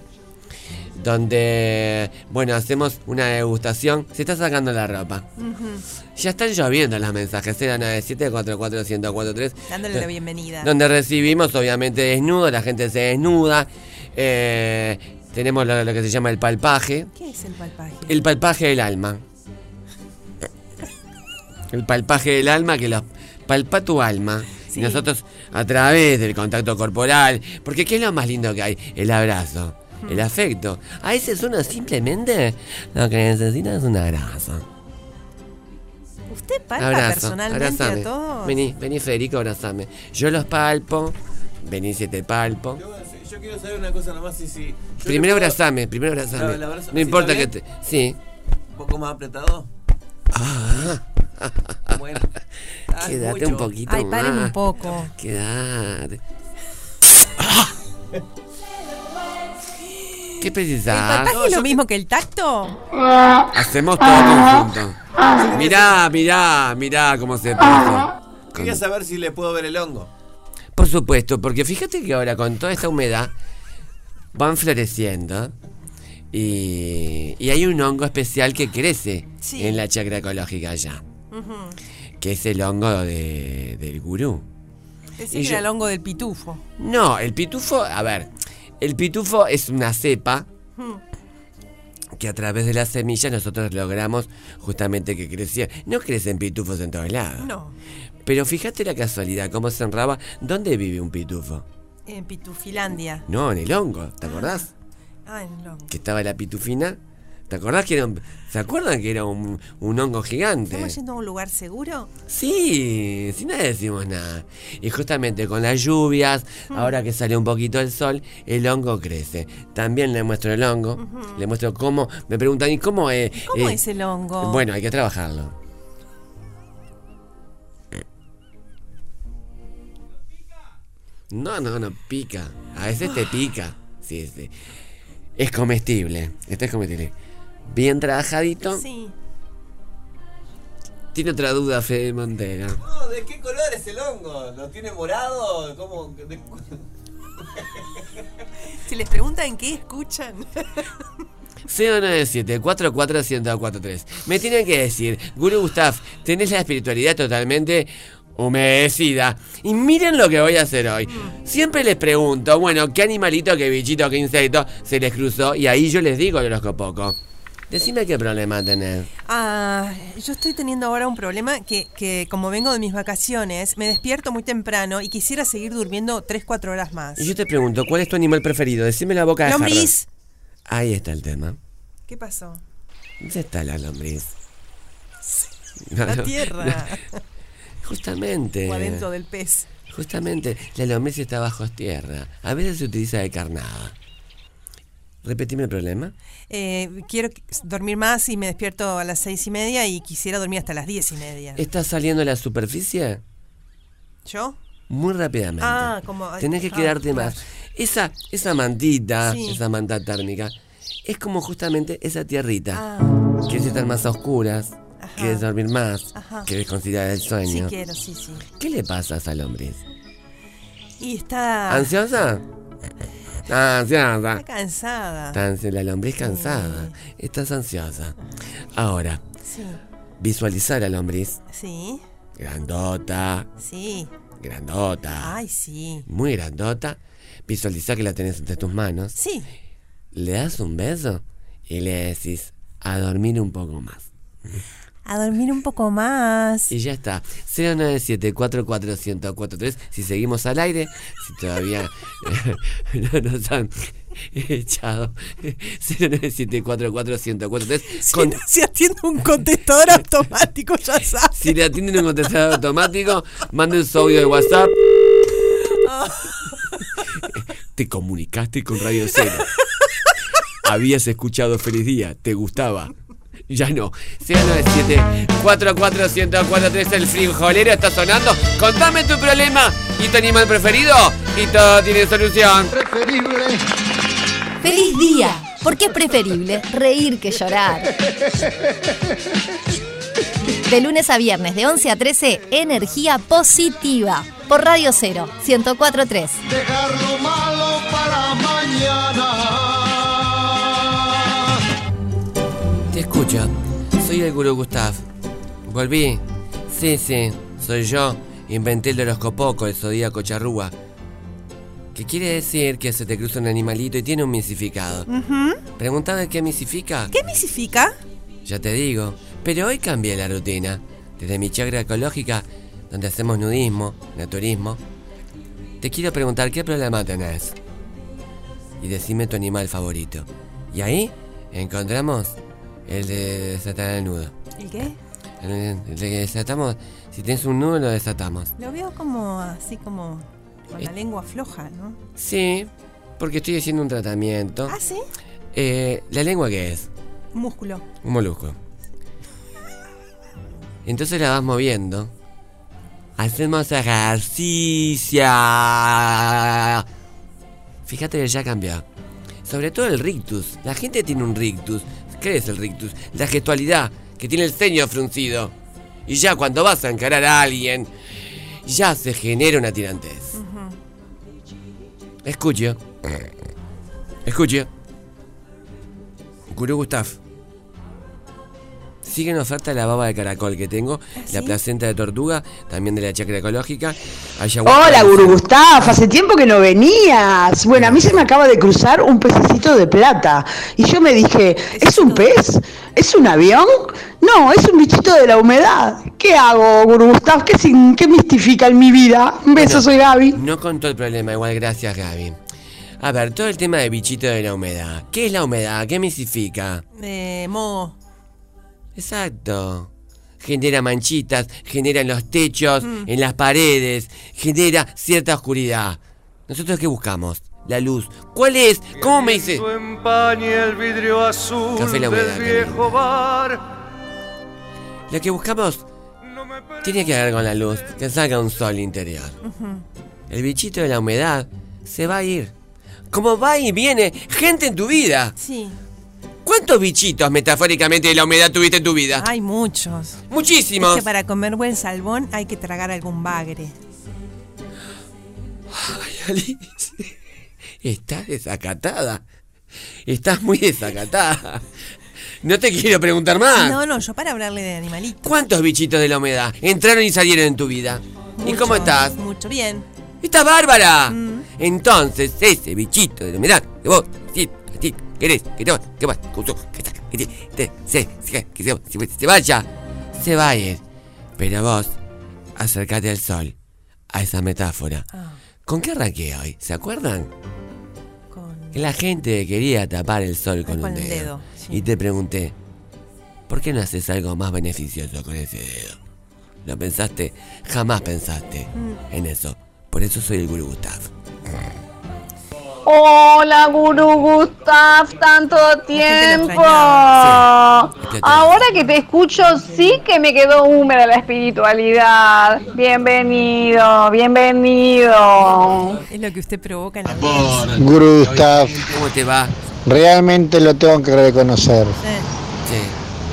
[SPEAKER 3] Donde, bueno, hacemos una degustación. Se está sacando la ropa. Ya están lloviendo los mensajes, 097 44143
[SPEAKER 7] Dándole la bienvenida.
[SPEAKER 3] Donde recibimos, obviamente, desnudo, la gente se desnuda. eh, tenemos lo, lo que se llama el palpaje.
[SPEAKER 7] ¿Qué es el palpaje?
[SPEAKER 3] El palpaje del alma. El palpaje del alma que los palpa tu alma. Y nosotros, a través del contacto corporal, porque ¿qué es lo más lindo que hay? El abrazo,
[SPEAKER 7] Mm.
[SPEAKER 3] el afecto. A veces uno simplemente lo que necesita es un abrazo.
[SPEAKER 7] ¿Usted palpa personalmente
[SPEAKER 3] abrazame.
[SPEAKER 7] a todos?
[SPEAKER 3] Vení, vení Federico, abrazame. Yo los palpo, vení si te palpo.
[SPEAKER 5] Yo quiero saber una cosa nomás, si... si
[SPEAKER 3] Primero abrazame, primero abrazame.
[SPEAKER 5] El abrazo,
[SPEAKER 3] no
[SPEAKER 5] ¿así
[SPEAKER 3] importa
[SPEAKER 5] está
[SPEAKER 3] que te...
[SPEAKER 5] bien?
[SPEAKER 3] Sí.
[SPEAKER 5] ¿Un poco más apretado?
[SPEAKER 3] Ah.
[SPEAKER 5] Bueno. Ah,
[SPEAKER 3] Quédate
[SPEAKER 5] mucho.
[SPEAKER 3] un poquito
[SPEAKER 5] Ay,
[SPEAKER 3] más.
[SPEAKER 5] paren un poco.
[SPEAKER 3] Quédate. ¿Qué precisás?
[SPEAKER 7] ¿Palpaje es lo mismo que el tacto?
[SPEAKER 3] Hacemos todo conjunto.
[SPEAKER 5] Ah.
[SPEAKER 3] Mirá, mirá, mirá cómo se pasa.
[SPEAKER 5] Quería saber si le puedo ver el hongo.
[SPEAKER 3] Por supuesto, porque fíjate que ahora con toda esta humedad van floreciendo y, y hay un hongo especial que crece
[SPEAKER 7] Sí.
[SPEAKER 3] en la chacra ecológica allá,
[SPEAKER 7] Ujú.
[SPEAKER 3] que es el hongo de- del gurú.
[SPEAKER 7] Pensé
[SPEAKER 3] Y
[SPEAKER 7] que
[SPEAKER 3] yo-
[SPEAKER 7] era el hongo del pitufo.
[SPEAKER 3] No, el pitufo, a ver, el pitufo es una cepa
[SPEAKER 7] Ujú.
[SPEAKER 3] que a través de las semillas nosotros logramos justamente que creciera. No crecen pitufos en todos lados.
[SPEAKER 7] No,
[SPEAKER 3] Pero fíjate la casualidad, cómo se enraba. ¿Dónde vive un pitufo?
[SPEAKER 7] en Pitufilandia.
[SPEAKER 3] No, en el hongo, ¿te acordás?
[SPEAKER 7] Ah, en el hongo.
[SPEAKER 3] Que estaba la pitufina. ¿Te acordás que era un- ¿Se acuerdan que era un, un hongo gigante?
[SPEAKER 7] ¿Estamos yendo a un lugar seguro?
[SPEAKER 3] Sí, si no decimos nada. Y justamente con las lluvias, ahora que sale un poquito el sol, el hongo crece. También le muestro el hongo,
[SPEAKER 7] Ujú.
[SPEAKER 3] le muestro cómo, me preguntan, ¿y cómo es?
[SPEAKER 7] ¿Cómo
[SPEAKER 3] eh,
[SPEAKER 7] es el hongo?
[SPEAKER 3] Bueno, hay que trabajarlo. No, no, no, pica. A veces te pica. Sí, sí. Es comestible. Este es comestible. Bien trabajadito.
[SPEAKER 7] Sí.
[SPEAKER 3] Tiene otra duda, Fede Montero.
[SPEAKER 5] No, ¿de qué color es el hongo? ¿Lo tiene morado? ¿Cómo? De-
[SPEAKER 7] Si les preguntan qué escuchan.
[SPEAKER 3] 097 44143 Me tienen que decir, Guru Gustav, tenés la espiritualidad totalmente humedecida. Y miren lo que voy a hacer hoy. Siempre les pregunto, bueno, qué animalito, qué bichito, qué insecto se les cruzó. Y ahí yo les digo el horóscopo. Decime qué problema tenés.
[SPEAKER 7] Ah, yo estoy teniendo ahora un problema que, que como vengo de mis vacaciones, me despierto muy temprano y quisiera seguir durmiendo 3, 4 horas más.
[SPEAKER 3] Y yo te pregunto, ¿cuál es tu animal preferido? Decime la boca de jarro.
[SPEAKER 7] Lombriz.
[SPEAKER 3] Ahí está el tema.
[SPEAKER 7] ¿Qué pasó?
[SPEAKER 3] ¿Dónde está la lombriz?
[SPEAKER 7] La tierra.
[SPEAKER 3] Justamente.
[SPEAKER 7] O adentro del pez.
[SPEAKER 3] Justamente, la lombriz está bajo tierra. A veces se utiliza de carnada. Repetime el problema.
[SPEAKER 7] Eh, quiero qu- dormir más y me despierto a las seis y media y quisiera dormir hasta las diez y media.
[SPEAKER 3] ¿Está saliendo a la superficie?
[SPEAKER 7] ¿Yo?
[SPEAKER 3] Muy rápidamente.
[SPEAKER 7] Ah, como-
[SPEAKER 3] Tenés que
[SPEAKER 7] ah,
[SPEAKER 3] quedarte
[SPEAKER 7] claro.
[SPEAKER 3] más. Esa, esa mantita,
[SPEAKER 7] Sí.
[SPEAKER 3] esa manta térmica, es como justamente esa tierrita. Quieres estar más a oscuras, quieres dormir más,
[SPEAKER 7] Ah. Ajá.
[SPEAKER 3] quieres conciliar el
[SPEAKER 7] Sí
[SPEAKER 3] sueño.
[SPEAKER 7] quiero, sí, sí.
[SPEAKER 3] ¿Qué le pasa a esa lombriz?
[SPEAKER 7] Y está,
[SPEAKER 3] ¿Ansiosa? Ah, Ansiosa.
[SPEAKER 7] Ah. está cansada.
[SPEAKER 3] Está ansi- la lombriz cansada. Estás ansiosa. Ahora,
[SPEAKER 7] Sí,
[SPEAKER 3] visualizar a la lombriz.
[SPEAKER 7] sí.
[SPEAKER 3] grandota,
[SPEAKER 7] Sí.
[SPEAKER 3] grandota,
[SPEAKER 7] Ay, sí.
[SPEAKER 3] muy grandota. Visualiza que la tenés entre tus manos.
[SPEAKER 7] Sí.
[SPEAKER 3] Le das un beso y le decís a dormir un poco más.
[SPEAKER 7] A dormir un poco más.
[SPEAKER 3] Y ya está. 097 44143 Si seguimos al aire, si todavía no nos han echado. 097 44143 Con,
[SPEAKER 7] Si atiende un contestador automático, ya sabes.
[SPEAKER 3] Si le atienden un contestador automático, manden su audio de WhatsApp. Te comunicaste con Radio Cero. Habías escuchado Feliz Día, te gustaba. Ya no. 097 44143 el frijolero está sonando. Contame tu problema y tu animal preferido y todo tiene solución.
[SPEAKER 1] Preferible. ¡Feliz día! Porque es preferible reír que llorar. De lunes a viernes, de 11 a 13, energía positiva. Por Radio Cero, 1043.
[SPEAKER 19] Dejar lo malo para mañana.
[SPEAKER 3] Te escucho. Soy el gurú Gustav. Volví. Sí, sí, soy yo. Inventé el horoscopoco, el zodíaco charrúa. Que quiere decir que se te cruza un animalito y tiene un misificado.
[SPEAKER 7] Ujú.
[SPEAKER 3] Preguntame qué misifica.
[SPEAKER 7] ¿Qué misifica?
[SPEAKER 3] Ya te digo. Pero hoy cambié la rutina. Desde mi chakra ecológica, donde hacemos nudismo, naturismo. Te quiero preguntar qué problema tenés. Y decime tu animal favorito. Y ahí encontramos el de desatar el nudo.
[SPEAKER 7] ¿El qué?
[SPEAKER 3] El- el de que desatamos, si tienes un nudo lo desatamos.
[SPEAKER 7] Lo veo como así como con
[SPEAKER 3] Eh.
[SPEAKER 7] la lengua floja, ¿no?
[SPEAKER 3] Sí, porque estoy haciendo un tratamiento.
[SPEAKER 7] Ah, sí.
[SPEAKER 3] Eh, ¿La lengua qué es?
[SPEAKER 7] Un músculo.
[SPEAKER 3] Un molusco. Entonces la vas moviendo. Hacemos ejercicio. Fíjate que ya cambió. Sobre todo el rictus. La gente tiene un rictus. ¿Qué es el rictus? La gestualidad, que tiene el ceño fruncido. Y ya cuando vas a encarar a alguien, ya se genera una tirantez. Escuche. Escuche. Gurú Gustav. Sigue en oferta la baba de caracol que tengo, la placenta de tortuga, también de la chacra ecológica. ayahuasca-
[SPEAKER 11] Hola, Guru Gustaf, hace tiempo que no venías. Bueno, a mí se me acaba de cruzar un pececito de plata. Y yo me dije, ¿es un pez? ¿Es un avión? No, es un bichito de la humedad. ¿Qué hago, Guru Gustaf? ¿Qué, sin- qué mistifica en mi vida? Un beso,
[SPEAKER 3] Bueno,
[SPEAKER 11] soy Gaby.
[SPEAKER 3] No contó el problema, igual gracias Gaby. A ver, todo el tema de bichito de la humedad. ¿Qué es la humedad? ¿Qué misifica?
[SPEAKER 7] Eh, mo.
[SPEAKER 3] Exacto. Genera manchitas, genera en los techos, en las paredes, genera cierta oscuridad. ¿Nosotros qué buscamos? La luz. ¿Cuál es? ¿Cómo me dices?
[SPEAKER 19] Empañe el vidrio azul
[SPEAKER 3] Café la humedad,
[SPEAKER 19] del viejo bar.
[SPEAKER 3] Lo que buscamos tiene que ver con la luz, que salga un sol interior. El bichito de la humedad se va a ir. Como va y viene gente en tu vida.
[SPEAKER 7] Sí.
[SPEAKER 3] ¿Cuántos bichitos metafóricamente de la humedad tuviste en tu vida?
[SPEAKER 7] Hay muchos.
[SPEAKER 3] Ah. Muchísimos.
[SPEAKER 7] Es que para comer buen salmón hay que tragar algún bagre.
[SPEAKER 3] Estás desacatada. Estás muy desacatada. No te quiero preguntar más.
[SPEAKER 7] No, no, yo para hablarle de animalito.
[SPEAKER 3] ¿Cuántos bichitos de la humedad entraron y salieron en tu vida? ¿Y
[SPEAKER 7] Muchos,
[SPEAKER 3] cómo estás?
[SPEAKER 7] Mucho bien.
[SPEAKER 3] ¡Estás bárbara!
[SPEAKER 7] Mm.
[SPEAKER 3] Entonces, ese bichito de la humedad que vos sí, sí, querés que te que vas, que tú, que estás, que te- te- se- se- que se- se- se vaya, se va a ir. Pero vos, acércate al sol, a esa metáfora.
[SPEAKER 7] Ah.
[SPEAKER 3] ¿Con qué arranqué hoy? ¿Se acuerdan? Que la gente quería tapar el sol con,
[SPEAKER 7] con
[SPEAKER 3] un
[SPEAKER 7] el
[SPEAKER 3] dedo.
[SPEAKER 7] dedo,
[SPEAKER 3] Y te pregunté, ¿por qué no haces algo más beneficioso con ese dedo? ¿Lo pensaste? Jamás pensaste
[SPEAKER 11] Mm.
[SPEAKER 3] en eso. Por eso soy el Guru Gustav.
[SPEAKER 10] Hola, Guru Gustav, tanto tiempo. Ahora que te escucho, sí que me quedó húmeda la espiritualidad. Bienvenido, bienvenido.
[SPEAKER 7] Es lo que usted provoca en la
[SPEAKER 11] Guru Gustaf,
[SPEAKER 3] ¿Cómo te va?
[SPEAKER 11] realmente lo tengo que reconocer.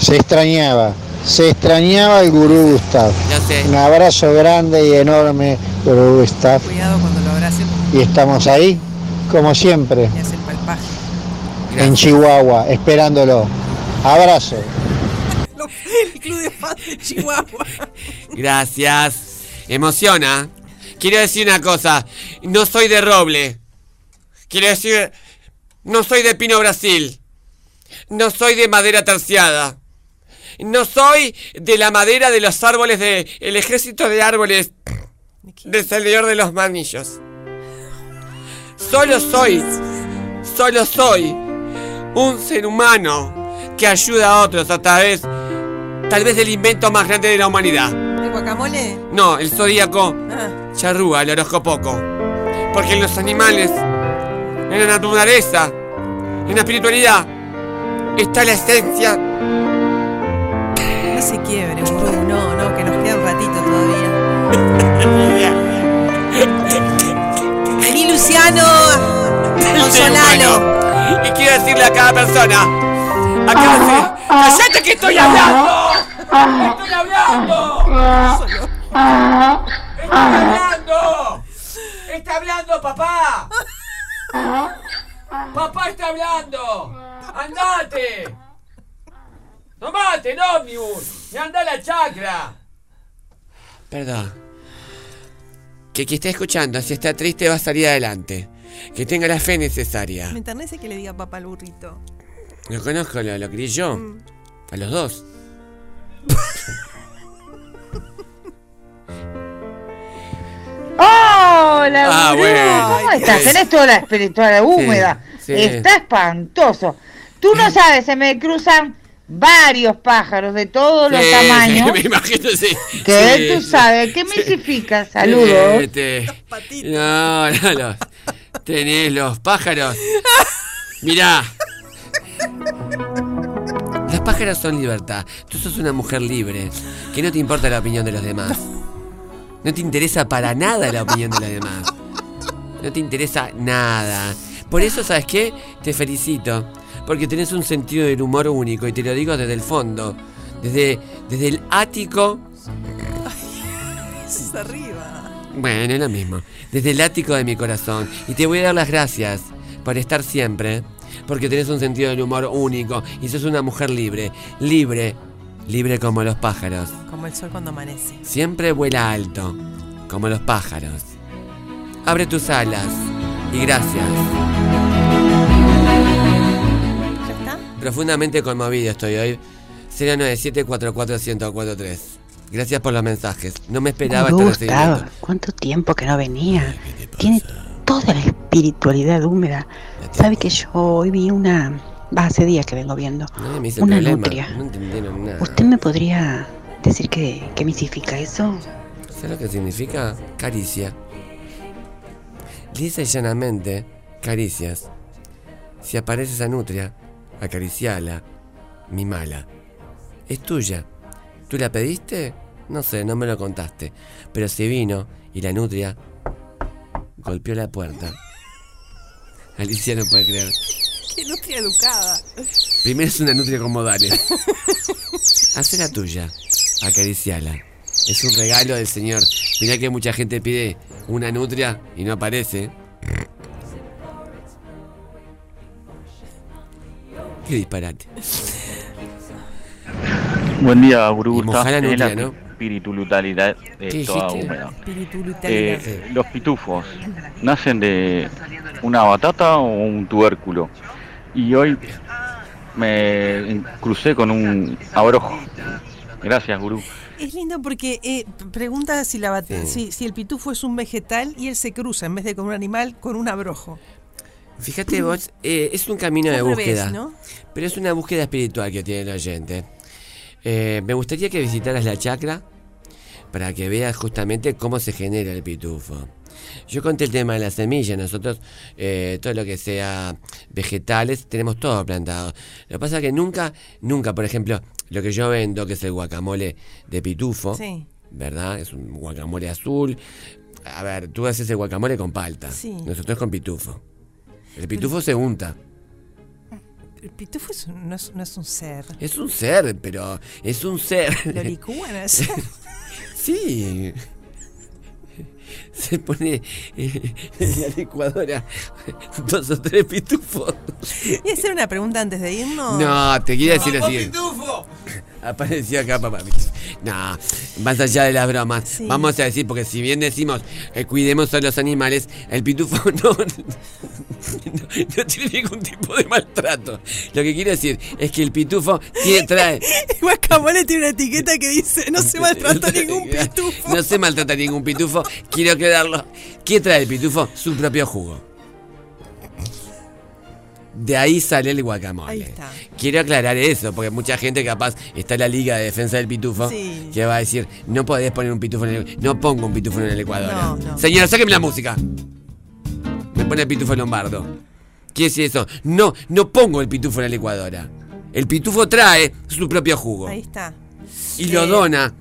[SPEAKER 11] Se extrañaba, se extrañaba el Guru Gustaf. Un abrazo grande y enorme, Guru Gustaf.
[SPEAKER 7] Cuidado cuando lo abracen
[SPEAKER 11] Y estamos ahí, como siempre,
[SPEAKER 7] y hace el palpaje.
[SPEAKER 11] en Chihuahua, esperándolo. Abrazo.
[SPEAKER 7] club, el club de fans de Chihuahua.
[SPEAKER 3] Gracias. Emociona. Quiero decir una cosa. No soy de roble. Quiero decir. No soy de pino Brasil. No soy de madera terciada. No soy de la madera de los árboles de. El ejército de árboles. Del Señor de los Manillos. Solo soy. Solo soy. Un ser humano que ayuda a otros a través. Tal vez del invento más grande de la humanidad.
[SPEAKER 7] ¿El guacamole?
[SPEAKER 3] No, el zodíaco
[SPEAKER 7] Ah,
[SPEAKER 3] charrúa el horóscopo. Porque en los animales, en la naturaleza, en la espiritualidad, está la esencia.
[SPEAKER 7] no se quiebre, gurú. No, no, que nos queda un ratito todavía. Vení, Luciano. Consolalo.
[SPEAKER 3] Y quiero decirle a cada persona. A cada ¡Cállate que estoy hablando! ¡Estoy hablando! ¡Estoy hablando! ¡Está hablando, papá! ¡Papá está hablando! ¡Andate! ¡Tomate el ómnibus! ¡Y anda a la chacra! Perdón. Que quien esté escuchando, si está triste, va a salir adelante. Que tenga la fe necesaria.
[SPEAKER 7] Me enternece que le diga papá al burrito.
[SPEAKER 3] Lo conozco, lo, lo crié yo.
[SPEAKER 7] Mm.
[SPEAKER 3] A los dos.
[SPEAKER 23] ¡Hola,
[SPEAKER 3] Ah,
[SPEAKER 23] gurú!
[SPEAKER 3] bueno.
[SPEAKER 23] ¿Cómo
[SPEAKER 3] Ay,
[SPEAKER 23] estás?
[SPEAKER 3] sí.
[SPEAKER 23] Tenés toda la espiritual húmeda.
[SPEAKER 3] sí.
[SPEAKER 23] Está espantoso. Tú no sabes, se me cruzan varios pájaros de todos los
[SPEAKER 3] Sí, sí,
[SPEAKER 23] tamaños.
[SPEAKER 3] Eh, me imagino, sí.
[SPEAKER 23] Que
[SPEAKER 3] Sí,
[SPEAKER 23] tú
[SPEAKER 3] sí.
[SPEAKER 23] sabes, ¿qué me significa? Saludos.
[SPEAKER 3] Eh, te- No, no, los. Tenés los pájaros. Mirá. Los pájaros son libertad. Tú sos una mujer libre. Que no te importa la opinión de los demás. No te interesa para nada la opinión de los demás. No te interesa nada. Por eso, ¿sabes qué? Te felicito. Porque tenés un sentido del humor único. Y te lo digo desde el fondo. Desde, desde el ático.
[SPEAKER 7] Es arriba.
[SPEAKER 3] Bueno, es lo mismo. Desde el ático de mi corazón. Y te voy a dar las gracias por estar siempre, porque tenés un sentido del humor único y sos una mujer libre. Libre, libre como los pájaros.
[SPEAKER 7] Como el sol cuando amanece.
[SPEAKER 3] Siempre vuela alto, como los pájaros. Abre tus alas y gracias. Profundamente conmovido estoy hoy. 097 1043 Gracias por los mensajes. No me esperaba este
[SPEAKER 11] Gurú,
[SPEAKER 3] estar recibiendo.
[SPEAKER 11] Gustavo, ¿cuánto tiempo que no venía? Tiene toda la espiritualidad húmeda. Sabe que yo hoy vi una... Va, hace días que vengo viendo.
[SPEAKER 3] Nadie me hizo
[SPEAKER 11] Una
[SPEAKER 3] problema.
[SPEAKER 11] nutria.
[SPEAKER 3] No entendieron nada.
[SPEAKER 11] ¿Usted me podría decir qué, qué misifica eso?
[SPEAKER 3] ¿Sabes lo que significa? Caricia. Lisa y llanamente, caricias. Si aparece esa nutria, acariciala, mimala. Es tuya. ¿Tú la pediste? No sé, no me lo contaste. Pero si vino y la nutria golpeó la puerta. Alicia no puede creer.
[SPEAKER 7] Qué nutria educada.
[SPEAKER 3] Primero es una nutria con modales. Hace la tuya. Acariciala. Es un regalo del Señor. Mirá que mucha gente pide una nutria y no aparece. Qué disparate.
[SPEAKER 4] Buen día, Gurú.
[SPEAKER 3] Y mojá la
[SPEAKER 4] Tenés
[SPEAKER 3] nutria, ¿no?
[SPEAKER 4] espiritualidad
[SPEAKER 3] ¿Qué
[SPEAKER 4] de toda
[SPEAKER 3] dijiste?
[SPEAKER 4] húmeda.
[SPEAKER 7] Espiritualidad.
[SPEAKER 4] Eh, los pitufos nacen de una batata o un tubérculo. Y hoy me crucé con un abrojo. Gracias, Gurú.
[SPEAKER 7] Es lindo porque eh, pregunta si, la bat- si, si el pitufo es un vegetal y él se cruza en vez de con un animal con un abrojo.
[SPEAKER 3] Fíjate vos, eh, es un camino de
[SPEAKER 7] Al revés,
[SPEAKER 3] búsqueda.
[SPEAKER 7] ¿no?
[SPEAKER 3] Pero es una búsqueda espiritual que tiene el oyente. Eh, me gustaría que visitaras la chacra para que veas justamente cómo se genera el pitufo. Yo conté el tema de la semilla, nosotros eh, todo lo que sea vegetales tenemos todo plantado. Lo que pasa es que nunca, nunca, por ejemplo, lo que yo vendo, que es el guacamole de pitufo,
[SPEAKER 7] Sí.
[SPEAKER 3] ¿verdad? Es un guacamole azul. A ver, tú haces el guacamole con palta,
[SPEAKER 7] Sí.
[SPEAKER 3] nosotros con pitufo. El pitufo se unta.
[SPEAKER 7] El pitufo es un- no, es, no es un ser.
[SPEAKER 3] Es un ser, pero es un ser.
[SPEAKER 7] Lo licúan al ser.
[SPEAKER 3] Sí. Se pone eh, en la licuadora dos o tres pitufos.
[SPEAKER 7] Voy a hacer una pregunta antes de irnos.
[SPEAKER 3] No, te quiero decir lo siguiente. Apareció acá papá. No, más allá de las bromas.
[SPEAKER 7] Sí.
[SPEAKER 3] Vamos a decir, porque si bien decimos eh, cuidemos a los animales, el pitufo no, no, no tiene ningún tipo de maltrato. Lo que quiero decir es que el pitufo tiene, trae.
[SPEAKER 7] Guacamole tiene una etiqueta que dice no se maltrata ningún pitufo.
[SPEAKER 3] No se maltrata ningún pitufo. Quiero aclararlo. ¿Qué trae el pitufo? Su propio jugo. De ahí sale el guacamole.
[SPEAKER 7] Ahí está.
[SPEAKER 3] Quiero aclarar eso, porque mucha gente capaz está en la Liga de Defensa del Pitufo
[SPEAKER 7] Sí.
[SPEAKER 3] que va a decir, no podés poner un pitufo en el... No pongo un pitufo en el Ecuador.
[SPEAKER 7] No, no.
[SPEAKER 3] Señora, sáqueme la música. Me pone el pitufo lombardo. ¿Qué es eso? No, no pongo el pitufo en la licuadora. El pitufo trae su propio jugo
[SPEAKER 7] Ahí está.
[SPEAKER 3] y lo
[SPEAKER 7] Eh,
[SPEAKER 3] dona.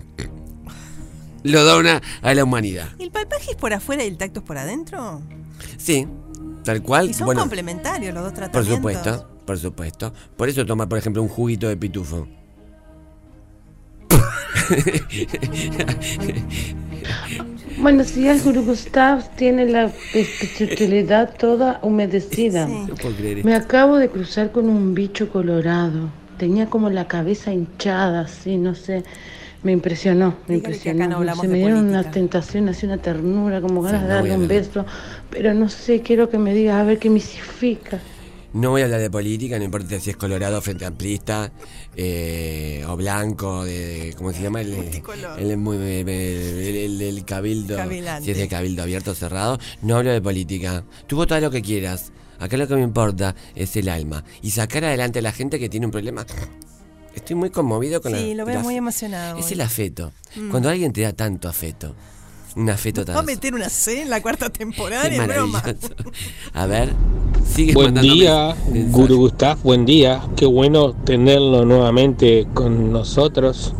[SPEAKER 3] Lo dona a la humanidad.
[SPEAKER 7] ¿El palpaje es por afuera y el tacto es por adentro?
[SPEAKER 3] Sí, tal cual.
[SPEAKER 7] Y son
[SPEAKER 3] bueno,
[SPEAKER 7] complementarios los dos
[SPEAKER 3] por
[SPEAKER 7] tratamientos.
[SPEAKER 3] supuesto, por supuesto. Por eso toma, por ejemplo, un juguito de pitufo.
[SPEAKER 12] Bueno, si el Guru Gustav tiene la espiritualidad toda humedecida.
[SPEAKER 3] No puedo creer esto.
[SPEAKER 12] Me acabo de cruzar con un bicho colorado. Tenía como la cabeza hinchada, así, no sé. Me impresionó, me
[SPEAKER 7] Dígale que acá no
[SPEAKER 12] impresionó.
[SPEAKER 7] hablamos
[SPEAKER 12] se
[SPEAKER 7] de
[SPEAKER 12] me dieron una
[SPEAKER 7] política.
[SPEAKER 12] tentación, así una ternura, como ganas
[SPEAKER 3] no
[SPEAKER 12] de darle
[SPEAKER 3] voy a
[SPEAKER 12] un
[SPEAKER 3] hablar.
[SPEAKER 12] beso. Pero no sé, quiero que me digas a ver qué me significa.
[SPEAKER 3] No voy a hablar de política, no importa si es colorado, frente amplista, eh, o blanco, de, de- ¿cómo se llama? El, el, el- el- el- el cabildo.
[SPEAKER 7] Cabilante.
[SPEAKER 3] Si es de cabildo abierto o cerrado, no hablo de política. Tú vota lo que quieras. Acá lo que me importa es el alma. Y sacar adelante a la gente que tiene un problema. Estoy muy conmovido con la-
[SPEAKER 7] Sí, lo veo
[SPEAKER 3] la-
[SPEAKER 7] muy emocionado.
[SPEAKER 3] Es
[SPEAKER 7] hoy.
[SPEAKER 3] el afeto.
[SPEAKER 7] Ah, Mm.
[SPEAKER 3] Cuando alguien te da tanto afeto, un afeto
[SPEAKER 7] Va a
[SPEAKER 3] tan...
[SPEAKER 7] meter una C en la cuarta temporada,
[SPEAKER 3] Es
[SPEAKER 7] es broma.
[SPEAKER 3] maravilloso. A ver, sigue
[SPEAKER 13] Buen
[SPEAKER 3] mandándome
[SPEAKER 13] día, Guru Gustav, buen día. Qué bueno tenerlo nuevamente con nosotros.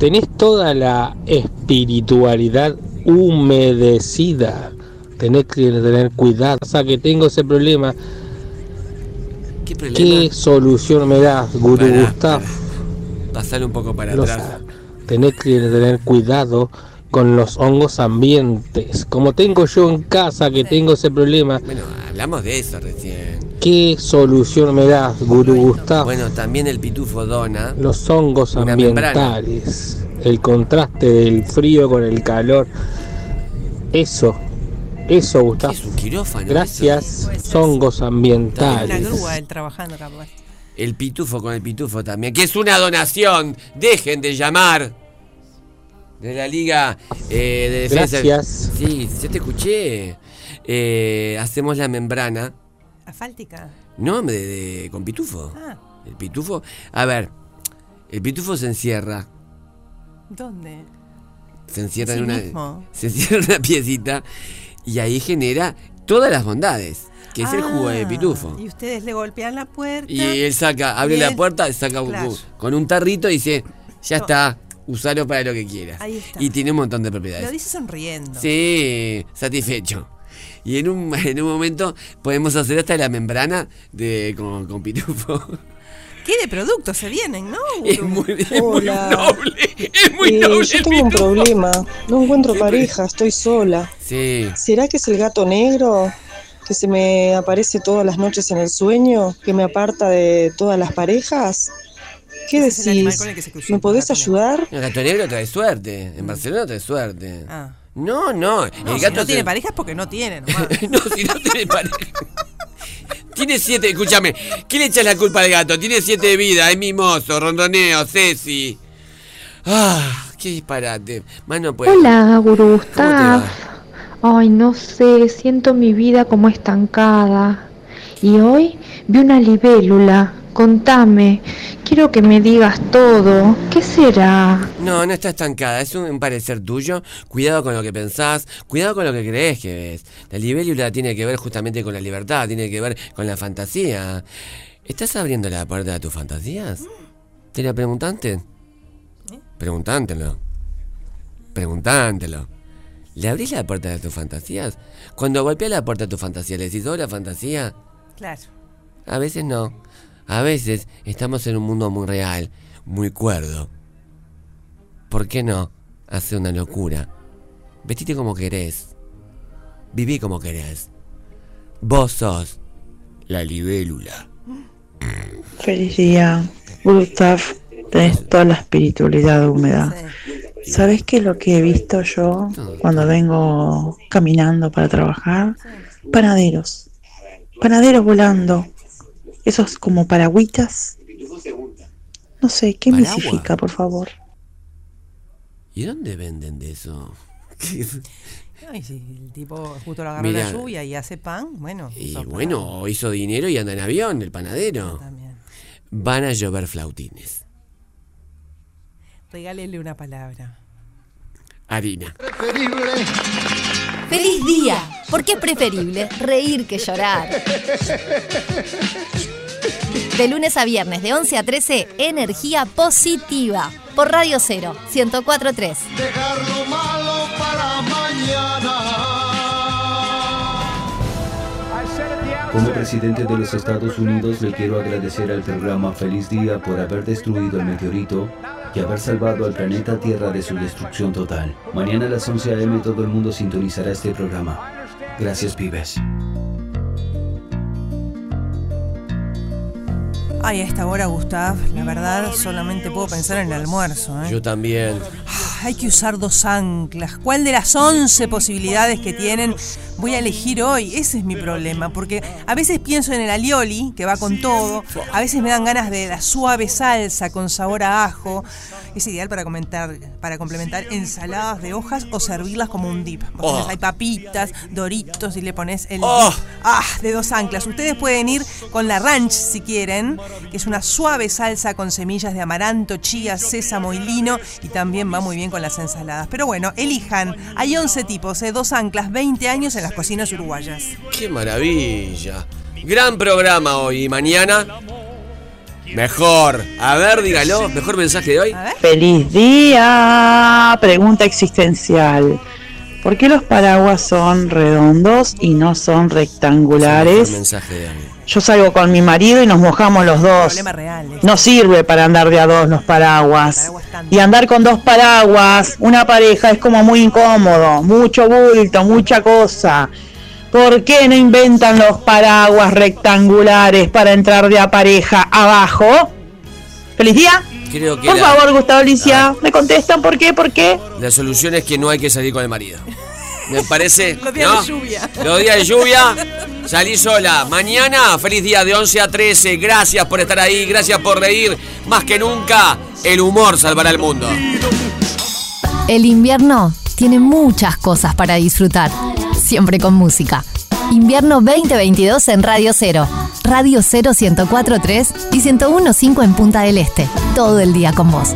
[SPEAKER 13] Tenés toda la espiritualidad humedecida. Tenés que tener cuidado. O sea, que tengo ese problema.
[SPEAKER 3] ¿Qué problema?
[SPEAKER 13] ¿Qué solución me das, Guru
[SPEAKER 3] Pará,
[SPEAKER 13] Gustav?
[SPEAKER 3] Pasar un poco para
[SPEAKER 13] Los-
[SPEAKER 3] atrás.
[SPEAKER 13] tenés que tener cuidado con los hongos ambientes. Como tengo yo en casa que tengo ese problema,
[SPEAKER 3] Bueno, hablamos de eso recién.
[SPEAKER 13] ¿qué solución me das, Guru Gustav?
[SPEAKER 3] Bueno, también el pitufo dona.
[SPEAKER 13] Los hongos
[SPEAKER 3] Una membrana.
[SPEAKER 13] ambientales, el contraste del frío con el calor. Eso, eso, Gustavo.
[SPEAKER 3] un quirófano,
[SPEAKER 13] Gracias, hongos ambientales.
[SPEAKER 7] Una grúa él trabajando, capaz.
[SPEAKER 3] El pitufo con el pitufo también, que es una donación. Dejen de llamar. De la Liga eh, de Defensa.
[SPEAKER 13] Gracias.
[SPEAKER 3] Sí, yo te escuché. Eh, hacemos la membrana.
[SPEAKER 7] Asfáltica.
[SPEAKER 3] No, de- de- con pitufo.
[SPEAKER 7] Ah,
[SPEAKER 3] El pitufo. A ver, el pitufo se encierra.
[SPEAKER 7] ¿dónde?
[SPEAKER 3] se encierra
[SPEAKER 7] Sí
[SPEAKER 3] en una
[SPEAKER 7] mismo.
[SPEAKER 3] se encierra en una piecita y ahí genera todas las bondades que es el jugo de
[SPEAKER 7] Ah,
[SPEAKER 3] pitufo
[SPEAKER 7] Y ustedes le golpean la puerta.
[SPEAKER 3] y él saca abre
[SPEAKER 7] Y
[SPEAKER 3] la
[SPEAKER 7] él-
[SPEAKER 3] puerta saca un-
[SPEAKER 7] Claro.
[SPEAKER 3] con un tarrito y dice ya
[SPEAKER 7] No.
[SPEAKER 3] está usalo para lo que quieras
[SPEAKER 7] Ahí está.
[SPEAKER 3] y tiene un montón de
[SPEAKER 7] Lo
[SPEAKER 3] propiedades
[SPEAKER 7] dice sonriendo.
[SPEAKER 3] sí satisfecho y en un, en un momento podemos hacer hasta la membrana de con, con pitufo
[SPEAKER 7] ¿Qué de productos se vienen, no?
[SPEAKER 3] Es muy, es muy noble
[SPEAKER 14] Es muy noble yo tengo un problema. No encuentro pareja, estoy sola.
[SPEAKER 3] sí
[SPEAKER 14] ¿Será que es el gato negro que se me aparece todas las noches en el sueño, que me aparta de todas las parejas? ¿Qué
[SPEAKER 7] Ese es el animal
[SPEAKER 14] decís?
[SPEAKER 7] con el que se cruzó
[SPEAKER 14] ¿Me podés ayudar?
[SPEAKER 3] El gato negro trae suerte. En Barcelona trae suerte.
[SPEAKER 7] Mm. Ah.
[SPEAKER 3] No, no.
[SPEAKER 7] No,
[SPEAKER 3] el
[SPEAKER 7] si
[SPEAKER 3] gato
[SPEAKER 7] no tiene
[SPEAKER 3] se-
[SPEAKER 7] parejas porque no tiene. nomás.
[SPEAKER 3] no, si no tiene pareja. Tiene siete, escúchame. ¿Qué le echas la culpa al gato? Tiene siete de vida, es mimoso, rondoneo, Ceci. Ah, qué disparate. Más no puede.
[SPEAKER 15] Hola, Guru
[SPEAKER 3] pues, ¿Cómo
[SPEAKER 15] Gustav.
[SPEAKER 3] te
[SPEAKER 15] Ay, no sé, siento mi vida como estancada. Y hoy vi una libélula. Contame, quiero que me digas todo. ¿Qué será?
[SPEAKER 3] No, no está estancada, es un parecer tuyo. Cuidado con lo que pensás, cuidado con lo que crees que ves. La libélula tiene que ver justamente con la libertad, tiene que ver con la fantasía. ¿Estás abriendo la puerta a tus fantasías? ¿Te la preguntaste? Preguntántelo. Preguntántelo. ¿Le abrís la puerta de tus fantasías? Cuando golpeas la puerta de tus fantasías, ¿le decís hola fantasía?
[SPEAKER 7] Claro.
[SPEAKER 3] A veces no. A veces estamos en un mundo muy real, muy cuerdo. ¿Por qué no? Hace una locura. Vestite como querés. Viví como querés. Vos sos la libélula.
[SPEAKER 14] Feliz día, Gustav.
[SPEAKER 8] Tenés toda la espiritualidad de humedad. ¿Sabés qué es lo que he visto yo cuando vengo caminando para trabajar? Panaderos. Panaderos volando. Esos como paragüitas. No sé, ¿qué
[SPEAKER 3] ¿Paraguas?
[SPEAKER 8] misifica, por favor?
[SPEAKER 3] ¿Y dónde venden de eso?
[SPEAKER 7] Ay, si el tipo justo lo agarró
[SPEAKER 3] Mirá.
[SPEAKER 7] la lluvia y hace pan, bueno.
[SPEAKER 3] Y bueno, o hizo dinero y anda en avión, el panadero. Van a llover flautines.
[SPEAKER 7] Regálele una palabra.
[SPEAKER 3] Harina.
[SPEAKER 1] ¡Feliz día! Porque es preferible reír que llorar. De lunes a viernes, de 11 a 13, energía positiva. Por Radio 0, 1043.
[SPEAKER 19] Dejar lo malo para mañana.
[SPEAKER 16] Como presidente de los Estados Unidos le quiero agradecer al programa Feliz Día por haber destruido el meteorito y haber salvado al planeta Tierra de su destrucción total. Mañana a las 11 a.m. todo el mundo sintonizará este programa. Gracias, pibes.
[SPEAKER 7] Ay, a esta hora, Gustav, la verdad solamente puedo pensar en el almuerzo. ¿eh? Ah,
[SPEAKER 3] Yo también.
[SPEAKER 7] Hay que usar dos anclas. ¿Cuál de las 11 posibilidades que tienen voy a elegir hoy? Ese es mi problema, porque a veces pienso en el alioli, que va con todo, a veces me dan ganas de la suave salsa con sabor a ajo. Es ideal para, comentar, para complementar ensaladas de hojas o servirlas como un dip. Por
[SPEAKER 3] Oh.
[SPEAKER 7] ejemplo, Hay papitas, doritos y le pones el
[SPEAKER 3] Oh.
[SPEAKER 7] dip. Ah, de dos anclas. Ustedes pueden ir con la ranch si quieren, que es una suave salsa con semillas de amaranto, chía, sésamo y lino y también va muy bien con las ensaladas. Pero bueno, elijan. Hay 11 tipos, ¿eh? dos anclas, 20 años en las cocinas uruguayas.
[SPEAKER 3] ¡Qué maravilla! Gran programa hoy y mañana. Mejor. A ver, dígalo. Mejor mensaje de hoy.
[SPEAKER 8] Feliz día. Pregunta existencial. ¿Por qué los paraguas son redondos y no son
[SPEAKER 3] Mejor
[SPEAKER 8] rectangulares?
[SPEAKER 3] mensaje de hoy.
[SPEAKER 8] Yo salgo con mi marido y nos mojamos los dos. No sirve para andar de a dos los paraguas. Y andar con dos paraguas, una pareja, es como muy incómodo. Mucho bulto, mucha cosa. ¿Por qué no inventan los paraguas rectangulares para entrar de a pareja abajo? ¡Feliz día!
[SPEAKER 3] Creo que
[SPEAKER 8] Por
[SPEAKER 3] la,
[SPEAKER 8] favor, Gustavo Alicia, me contestan por qué, por qué.
[SPEAKER 3] la solución es que no hay que salir con el marido. Me parece.
[SPEAKER 8] Los días de
[SPEAKER 3] ¿no?
[SPEAKER 8] lluvia.
[SPEAKER 3] Los días de lluvia. Salí sola. Mañana, feliz día de 11 a 13. Gracias por estar ahí. Gracias por reír. Más que nunca, el humor salvará el mundo.
[SPEAKER 1] El invierno tiene muchas cosas para disfrutar, siempre con música. Invierno 2022 en Radio 0. Radio 0 1043 y 1015 en Punta del Este. Todo el día con vos.